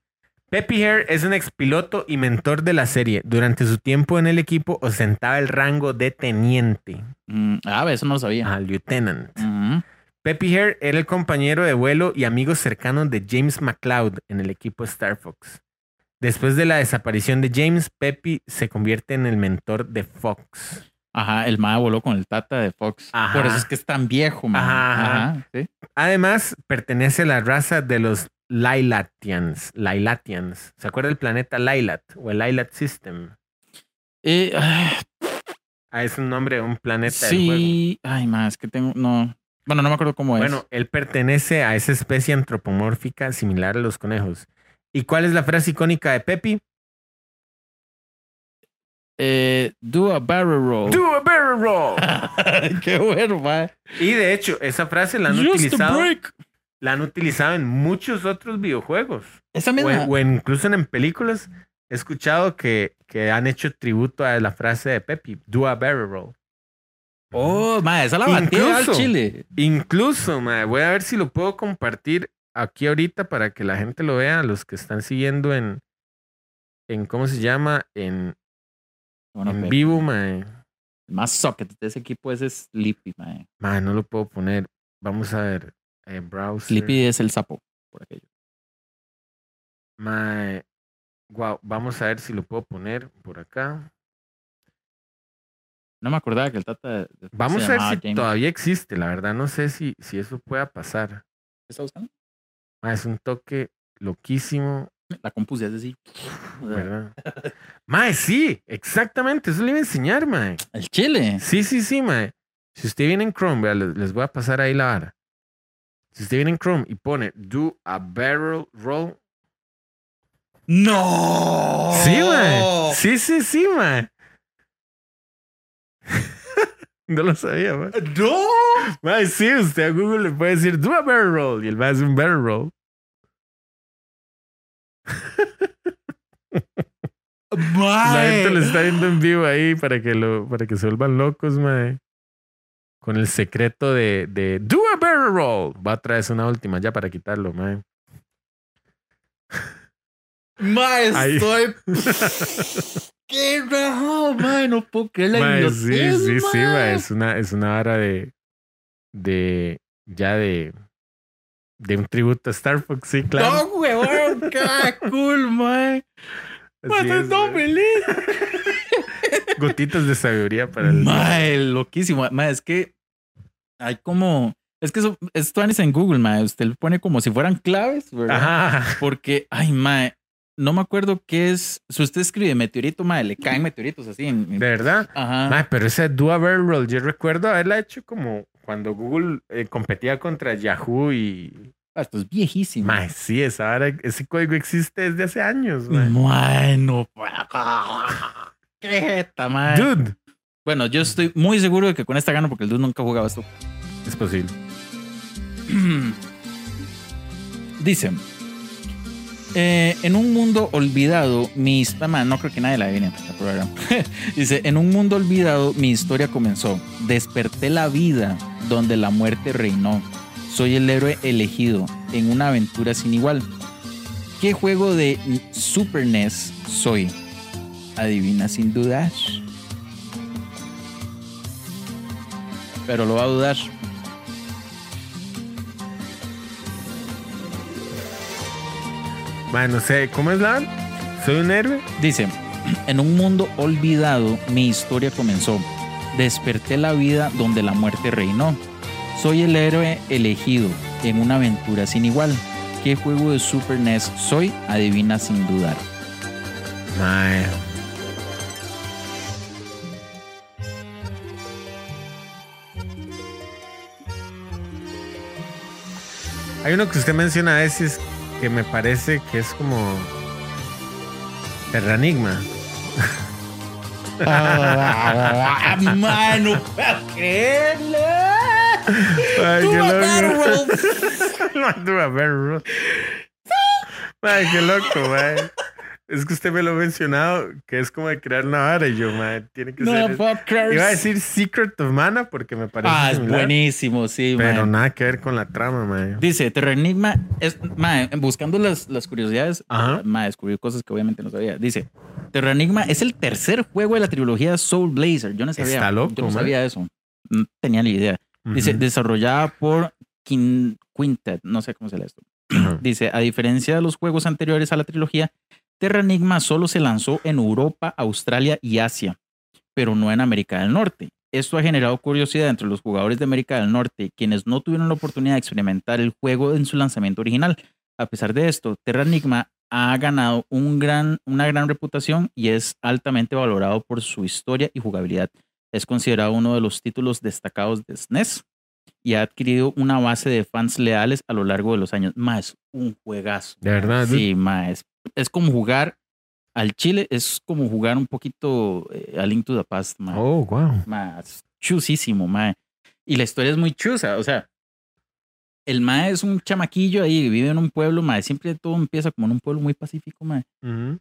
D: Peppy Hare es un expiloto y mentor de la serie. Durante su tiempo en el equipo ostentaba el rango de teniente,
C: Mm, ah, eso no lo sabía. Mm,
D: ajá, lieutenant.
C: Ujú.
D: Peppy Hare era el compañero de vuelo y amigo cercano de James McCloud en el equipo Star Fox. Después de la desaparición de James, Peppy se convierte en el mentor de Fox.
C: Ajá, el mae voló con el tata de Fox.
D: Ajá.
C: Por eso es que es tan viejo, mae.
D: Ajá, ajá.
C: Ajá, sí.
D: Además, pertenece a la raza de los Lailatians. Lailatians. ¿Se acuerda del planeta Lailat o el Lailat System?
C: Eh, ah,
D: Ah, es un nombre de un planeta del juego.
C: sí. Ay, mae, es que tengo. No. Bueno, no me acuerdo cómo es.
D: Bueno, él pertenece a esa especie antropomórfica similar a los conejos. ¿Y cuál es la frase icónica de Peppy?
C: Eh, do a barrel roll. [laughs]
D: Do a barrel roll.
C: qué bueno, mae.
D: y de hecho, esa frase la han
C: Just a
D: utilizado.
C: break.
D: la han utilizado en muchos otros videojuegos.
C: Esa
D: O,
C: misma.
D: en- o incluso en películas. He escuchado que, que han hecho tributo a la frase de Pepe, do a barrel roll.
C: Oh, mae, esa la batía al
D: Incluso.
C: chile.
D: Incluso, mae, voy a ver si lo puedo compartir aquí ahorita para que la gente lo vea, los que están siguiendo en, en ¿cómo se llama? En,
C: Bueno, pues.
D: en
C: Pepi.
D: vivo, mae.
C: El más socket de ese equipo es Sleepy, mae.
D: Mae, no lo puedo poner. Vamos a ver. eh, browser.
C: Sleepy es el sapo, por aquello.
D: Mae. Guau, vamos a ver si lo puedo poner por acá.
C: No me acordaba que el Tata. de- de-
D: Vamos
C: se
D: a ver
C: llamaba
D: si
C: James.
D: todavía existe. La verdad, no sé si, si eso pueda pasar.
C: ¿Qué está buscando?
D: Mae, es un toque loquísimo,
C: La compuse, es decir. o sea,
D: ¿verdad? mae, sí, exactamente. Eso le iba a enseñar, mae.
C: El chile.
D: Sí, sí, sí, mae. Si usted viene en Chrome, vea, les, les voy a pasar ahí la vara. Si usted viene en Chrome y pone do a barrel roll.
C: ¡No!
D: Sí,
C: Oh.
D: mae. Sí, sí, sí, mae. [laughs] no lo sabía, mae.
C: ¡No!
D: Mae, sí, usted a Google le puede decir do a barrel roll y él va a hacer un barrel roll. La gente lo está viendo en vivo ahí para que, lo, para que se vuelvan locos, mae. Con el secreto de, de Do a Barrel Roll. Va a traerse una última ya para quitarlo, mae.
C: Mae,
D: Ahí. [laughs]
C: estoy. ¡Qué rajado, mae! No puedo creer la
D: Mae,
C: idiotez,
D: sí, sí, sí, mae.
C: mae.
D: Es una, es una vara de. de. ya de. de un tributo a Star Fox, sí, claro.
C: No, huevón,
D: [laughs]
C: qué cool, mae.
D: Así
C: Mae,
D: es,
C: pues, no,
D: mae.
C: feliz.
D: Gotitas de sabiduría para el.
C: Mae, loquísimo. Mae, es que hay como. Es que eso, esto es en Google, mae. Usted le pone como si fueran claves, ¿verdad?
D: Ajá.
C: Porque, ay, mae, no me acuerdo qué es. Si usted escribe meteorito, mae, le caen meteoritos así. en- en-
D: De verdad.
C: ajá.
D: Mae, pero esa Do a Barrel Roll, yo recuerdo haberla hecho como cuando Google eh, competía contra Yahoo y,
C: Ah, Esto es viejísimo.
D: Mae, sí, esa vara- ese código existe desde hace años, mae.
C: Mae, no. [laughs] Qué jeta, mae.
D: Dude,
C: Bueno, yo estoy muy seguro de que con esta gano porque el dude nunca jugaba esto.
D: es posible.
C: [clears throat] Dice, Eh, en un mundo olvidado, mi historia. No creo que nadie la adivine. la programa. [laughs] Dice: En un mundo olvidado, mi historia comenzó. Desperté la vida donde la muerte reinó. Soy el héroe elegido en una aventura sin igual. ¿Qué juego de Super NES soy? Adivina sin dudar. Pero lo va a dudar.
D: Mae, no sé, ¿cómo es la? ¿Soy un héroe?
C: Dice, [clears throat] en un mundo olvidado mi historia comenzó. Desperté la vida donde la muerte reinó. Soy el héroe elegido en una aventura sin igual. ¿Qué juego de Super NES soy? Adivina sin
D: [laughs]
C: dudar.
D: Mae. Hay uno que usted menciona a veces que me parece que es como Terranigma.
C: Ah, ¡Mano! ¿Qué?
D: Ay, qué loco. [laughs] Tú a ver, bro. Ay, qué loco, mae. Es que usted me lo ha mencionado, que es como de crear una vara y yo, mae, tiene que ser.
C: No,
D: eso.
C: Bob
D: Iba a
C: Curse.
D: decir Secret of Mana porque me parece.
C: Ah, es
D: similar,
C: buenísimo, sí,
D: Pero
C: man.
D: nada que ver con la trama, mae.
C: Dice, Terranigma es, mae, buscando las, las curiosidades,
D: Ajá.
C: ma, descubrí cosas que obviamente no sabía. Dice, Terranigma es el tercer juego de la trilogía Soul Blazer. Yo no sabía.
D: Está loco,
C: yo no
D: man.
C: sabía eso. No tenía ni idea. Dice,
D: Ujú.
C: desarrollada por Quin- Quintet. No sé cómo se lee esto.
D: Ajá.
C: Dice, a diferencia de los juegos anteriores a la trilogía, Terranigma solo se lanzó en Europa, Australia y Asia, pero no en América del Norte. Esto ha generado curiosidad entre los jugadores de América del Norte, quienes no tuvieron la oportunidad de experimentar el juego en su lanzamiento original. A pesar de esto, Terranigma ha ganado un gran, una gran reputación y es altamente valorado por su historia y jugabilidad. Es considerado uno de los títulos destacados de E SNES y ha adquirido una base de fans leales a lo largo de los años. Más un juegazo.
D: De verdad,
C: Sí, ma, es, es como jugar al Chile, es como jugar un poquito eh, a Link to the Past, ma.
D: Oh, wow.
C: Ma, es chusísimo, ma. Y la historia es muy chusa, o sea, el ma es un chamaquillo ahí, vive en un pueblo, ma, siempre todo empieza como en un pueblo muy pacífico, ma.
D: Ujú.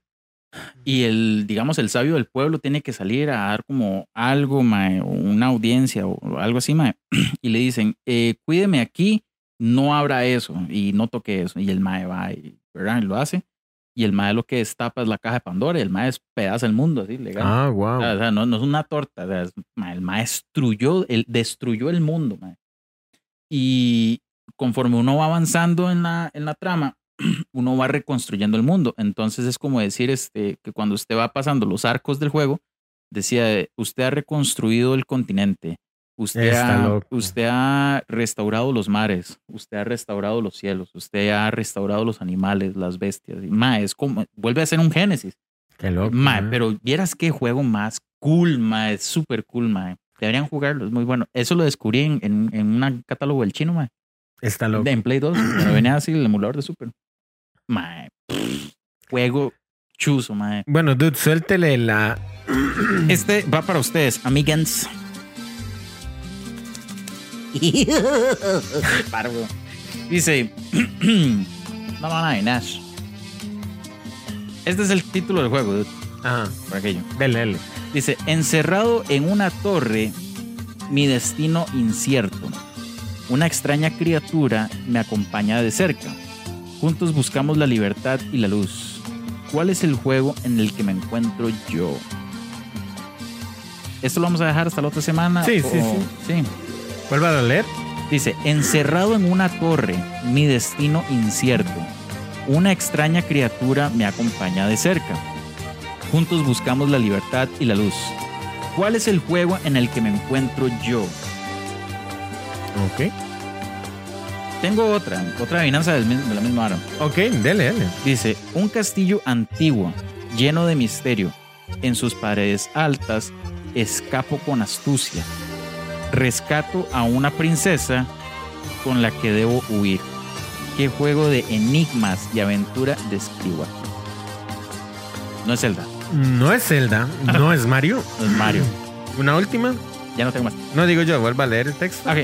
C: Y el, digamos, el sabio del pueblo tiene que salir a dar como algo, mae, o una audiencia o algo así, mae. [clears throat] Y le dicen, eh, cuídeme aquí, no abra eso y no toque eso. Y el mae va y, ¿verdad? y lo hace. Y el mae lo que destapa es la caja de Pandora y el mae despedaza el mundo, así, legal.
D: Ah,
C: O sea,
D: wow.
C: o sea, no, no es una torta. o sea, es- ma, el maestro destruyó el, destruyó el mundo. ma. Y conforme uno va avanzando en la, en la trama, [clears throat] uno va reconstruyendo el mundo. Entonces es como decir este, que cuando usted va pasando los arcos del juego, decía, eh, usted ha reconstruido el continente. Usted
D: Está
C: ha,
D: loco.
C: usted ha restaurado los mares, usted ha restaurado los cielos, usted ha restaurado los animales, las bestias. Y, ma, es como, vuelve a ser un génesis.
D: Qué loco.
C: Mae,
D: mae.
C: pero vieras qué juego más cool, mae. Es súper cool, mae. Deberían jugarlo, es muy bueno. Eso lo descubrí en, en, en un catálogo del chino, mae.
D: Está loco.
C: De en Play 2. Me venía así el emulador de Super. Mae. pff, Juego chuzo, mae.
D: Bueno, dude,
C: [laughs]
D: suéltele la.
C: Este va para ustedes, amigans. Paro, weón. Dice. [clears throat] no no, no, Nash. Este es el título del juego, dude,
D: Ajá.
C: por aquello.
D: Dele, dele.
C: Dice, encerrado en una torre, mi destino incierto. Una extraña criatura me acompaña de cerca. Juntos buscamos la libertad y la luz. ¿Cuál es el juego en el que me encuentro yo? Esto lo vamos a dejar hasta la otra semana.
D: Sí, sí,
C: sí.
D: Vuelva a leer.
C: Dice, encerrado en una torre, mi destino incierto. Una extraña criatura me acompaña de cerca. Juntos buscamos la libertad y la luz. ¿Cuál es el juego en el que me encuentro yo?
D: Ok.
C: Tengo otra, otra adivinanza del mismo- de la misma hora.
D: Ok, dele, dele.
C: Dice, un castillo antiguo, lleno de misterio. En sus paredes altas, escapo con astucia. Rescato a una princesa con la que debo huir. ¿Qué juego de enigmas y aventura describo aquí? No es Zelda,
D: No es Zelda, no es Mario.
C: no es Mario.
D: Una última.
C: Ya no tengo más.
D: No digo yo, vuelva a leer el texto.
C: Ok.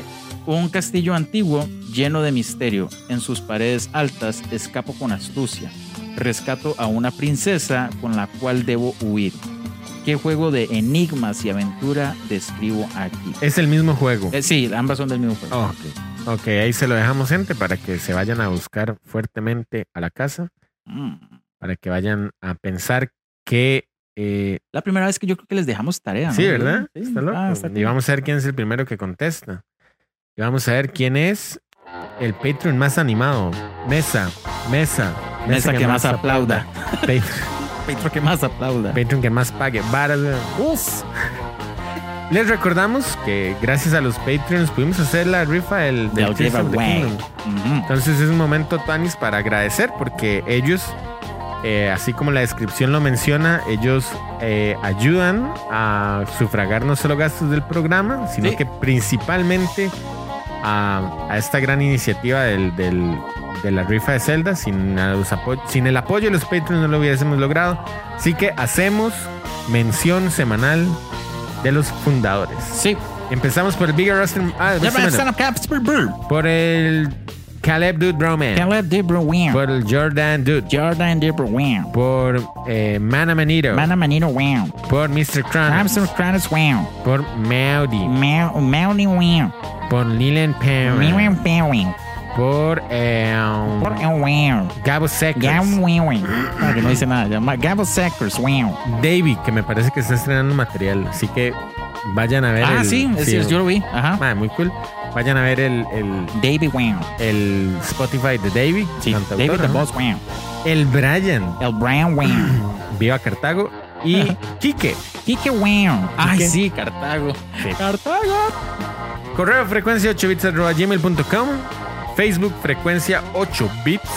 C: Un castillo antiguo lleno de misterio. En sus paredes altas escapo con astucia. rescato a una princesa con la cual debo huir. ¿Qué juego de enigmas y aventura describo aquí?
D: Es el mismo juego.
C: Eh, sí, ambas son del mismo juego.
D: Oh, ok. Ok, ahí se lo dejamos, gente, para que se vayan a buscar fuertemente a la casa,
C: Mm.
D: para que vayan a pensar que. eh,
C: La primera vez que yo creo que les dejamos tarea. ¿no?
D: sí, ¿verdad?
C: Sí.
D: Está loco.
C: Ah, está
D: y
C: bien.
D: vamos a ver quién es el primero que contesta. Y vamos a ver quién es el Patreon más animado. Mesa, mesa.
C: Mesa que más aplauda. [laughs]
D: Patreon-
C: Petro
D: [laughs]
C: que más aplauda.
D: Patreon que más pague. Varas, weón. Uf. Les recordamos que gracias a los Patreons pudimos hacer la rifa del,
C: Del
D: del Tears of the
C: giveaway.
D: Kingdom.
C: Ujú.
D: Entonces es un momento, Tanis, para agradecer porque ellos, eh, así como la descripción lo menciona, ellos eh, ayudan a sufragar no solo gastos del programa, sino
C: Sí.
D: que principalmente a, a esta gran iniciativa del- del- de la rifa de Zelda. Sin, a los apo- sin el apoyo de los Patreons no lo hubiésemos logrado. Así que hacemos mención semanal de los fundadores.
C: Sí.
D: Empezamos por el Bigger Western- ah,
C: Ya
D: Western-
C: pasaron caps per bird.
D: por el Caleb Dude Broman.
C: Caleb de Bruin.
D: Por el Jordan Dude.
C: Jordan de Bruin.
D: Por eh, Mana Manito.
C: Mana Manino Wow.
D: por Mr. Crown.
C: Hamster Cranes Wow.
D: Por Maudi.
C: Melny Wow.
D: Por Leland Pound.
C: Miriam Powell.
D: Por eh, um,
C: Por el Wow.
D: Gabo Secos.
C: Gam Wow. Ah, que no dice nada. Llama- Gabo Sackers Wow.
D: Davey, que me parece que está estrenando material. Así que vayan a ver.
C: Ah,
D: el-
C: sí, es cierto, yo lo vi. Ajá.
D: Ah, muy cool. Vayan a ver el, el,
C: David Wow.
D: el Spotify de Davey.
C: Sí,
D: cantautor,
C: David the
D: ¿no?
C: Boss Wow.
D: El Brian.
C: El Brian [clears throat] Wow.
D: Viva Cartago.
C: [laughs]
D: Y Quique.
C: Kike Wow. Ay,
D: Kike.
C: sí, Cartago.
D: Sí.
C: Cartago.
D: Correo frecuencia 8 bits arroba gmail.com. Facebook frecuencia 8 bits.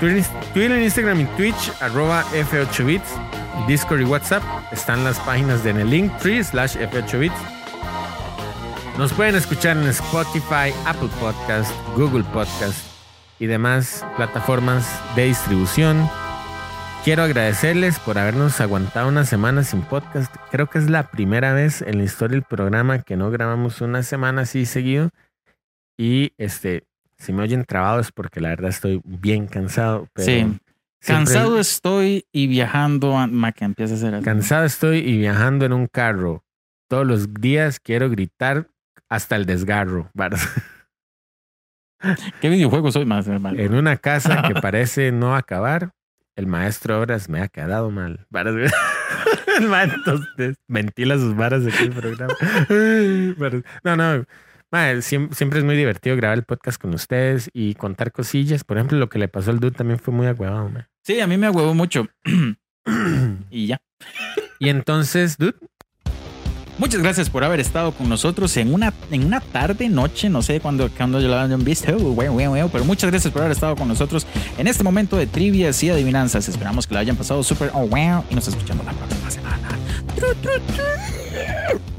D: Twitter, Twitter, Instagram y Twitch arroba F8 bits. Discord y WhatsApp están las páginas de en el link tree slash F8 bits. Nos pueden escuchar en Spotify, Apple Podcast, Google Podcast y demás plataformas de distribución. Quiero agradecerles por habernos aguantado una semana sin podcast. Creo que es la primera vez en la historia del programa que no grabamos una semana así seguido. Y este, si me oyen trabados es porque la verdad estoy bien cansado. Pero
C: Sí.
D: siempre-
C: Cansado estoy y viajando a Maca empieza a hacer algo.
D: Cansado estoy y viajando en un carro. Todos los días quiero gritar hasta el desgarro. varas.
C: ¿Qué videojuego soy más, hermano?
D: En una casa que parece no acabar, el maestro de obras me ha quedado mal. Varas, güey. [laughs] El ma, entonces, ventila sus varas aquí en el programa. Varas. No, no. ma, siem- siempre, es muy divertido grabar el podcast con ustedes y contar cosillas. Por ejemplo, lo que le pasó al dude también fue muy agüevado. ma.
C: Sí, a mí me huevo [clears throat] mucho. y ya.
D: Y entonces, dude,
C: Muchas gracias por haber estado con nosotros en una, en una tarde, noche, no sé cuándo cuando yo la hayan visto, Oh, bueno, bueno, bueno, pero muchas gracias por haber estado con nosotros en este momento de trivias y adivinanzas. Esperamos que la hayan pasado súper, oh, wow, y nos escuchamos la próxima semana. Tru, tru, tru.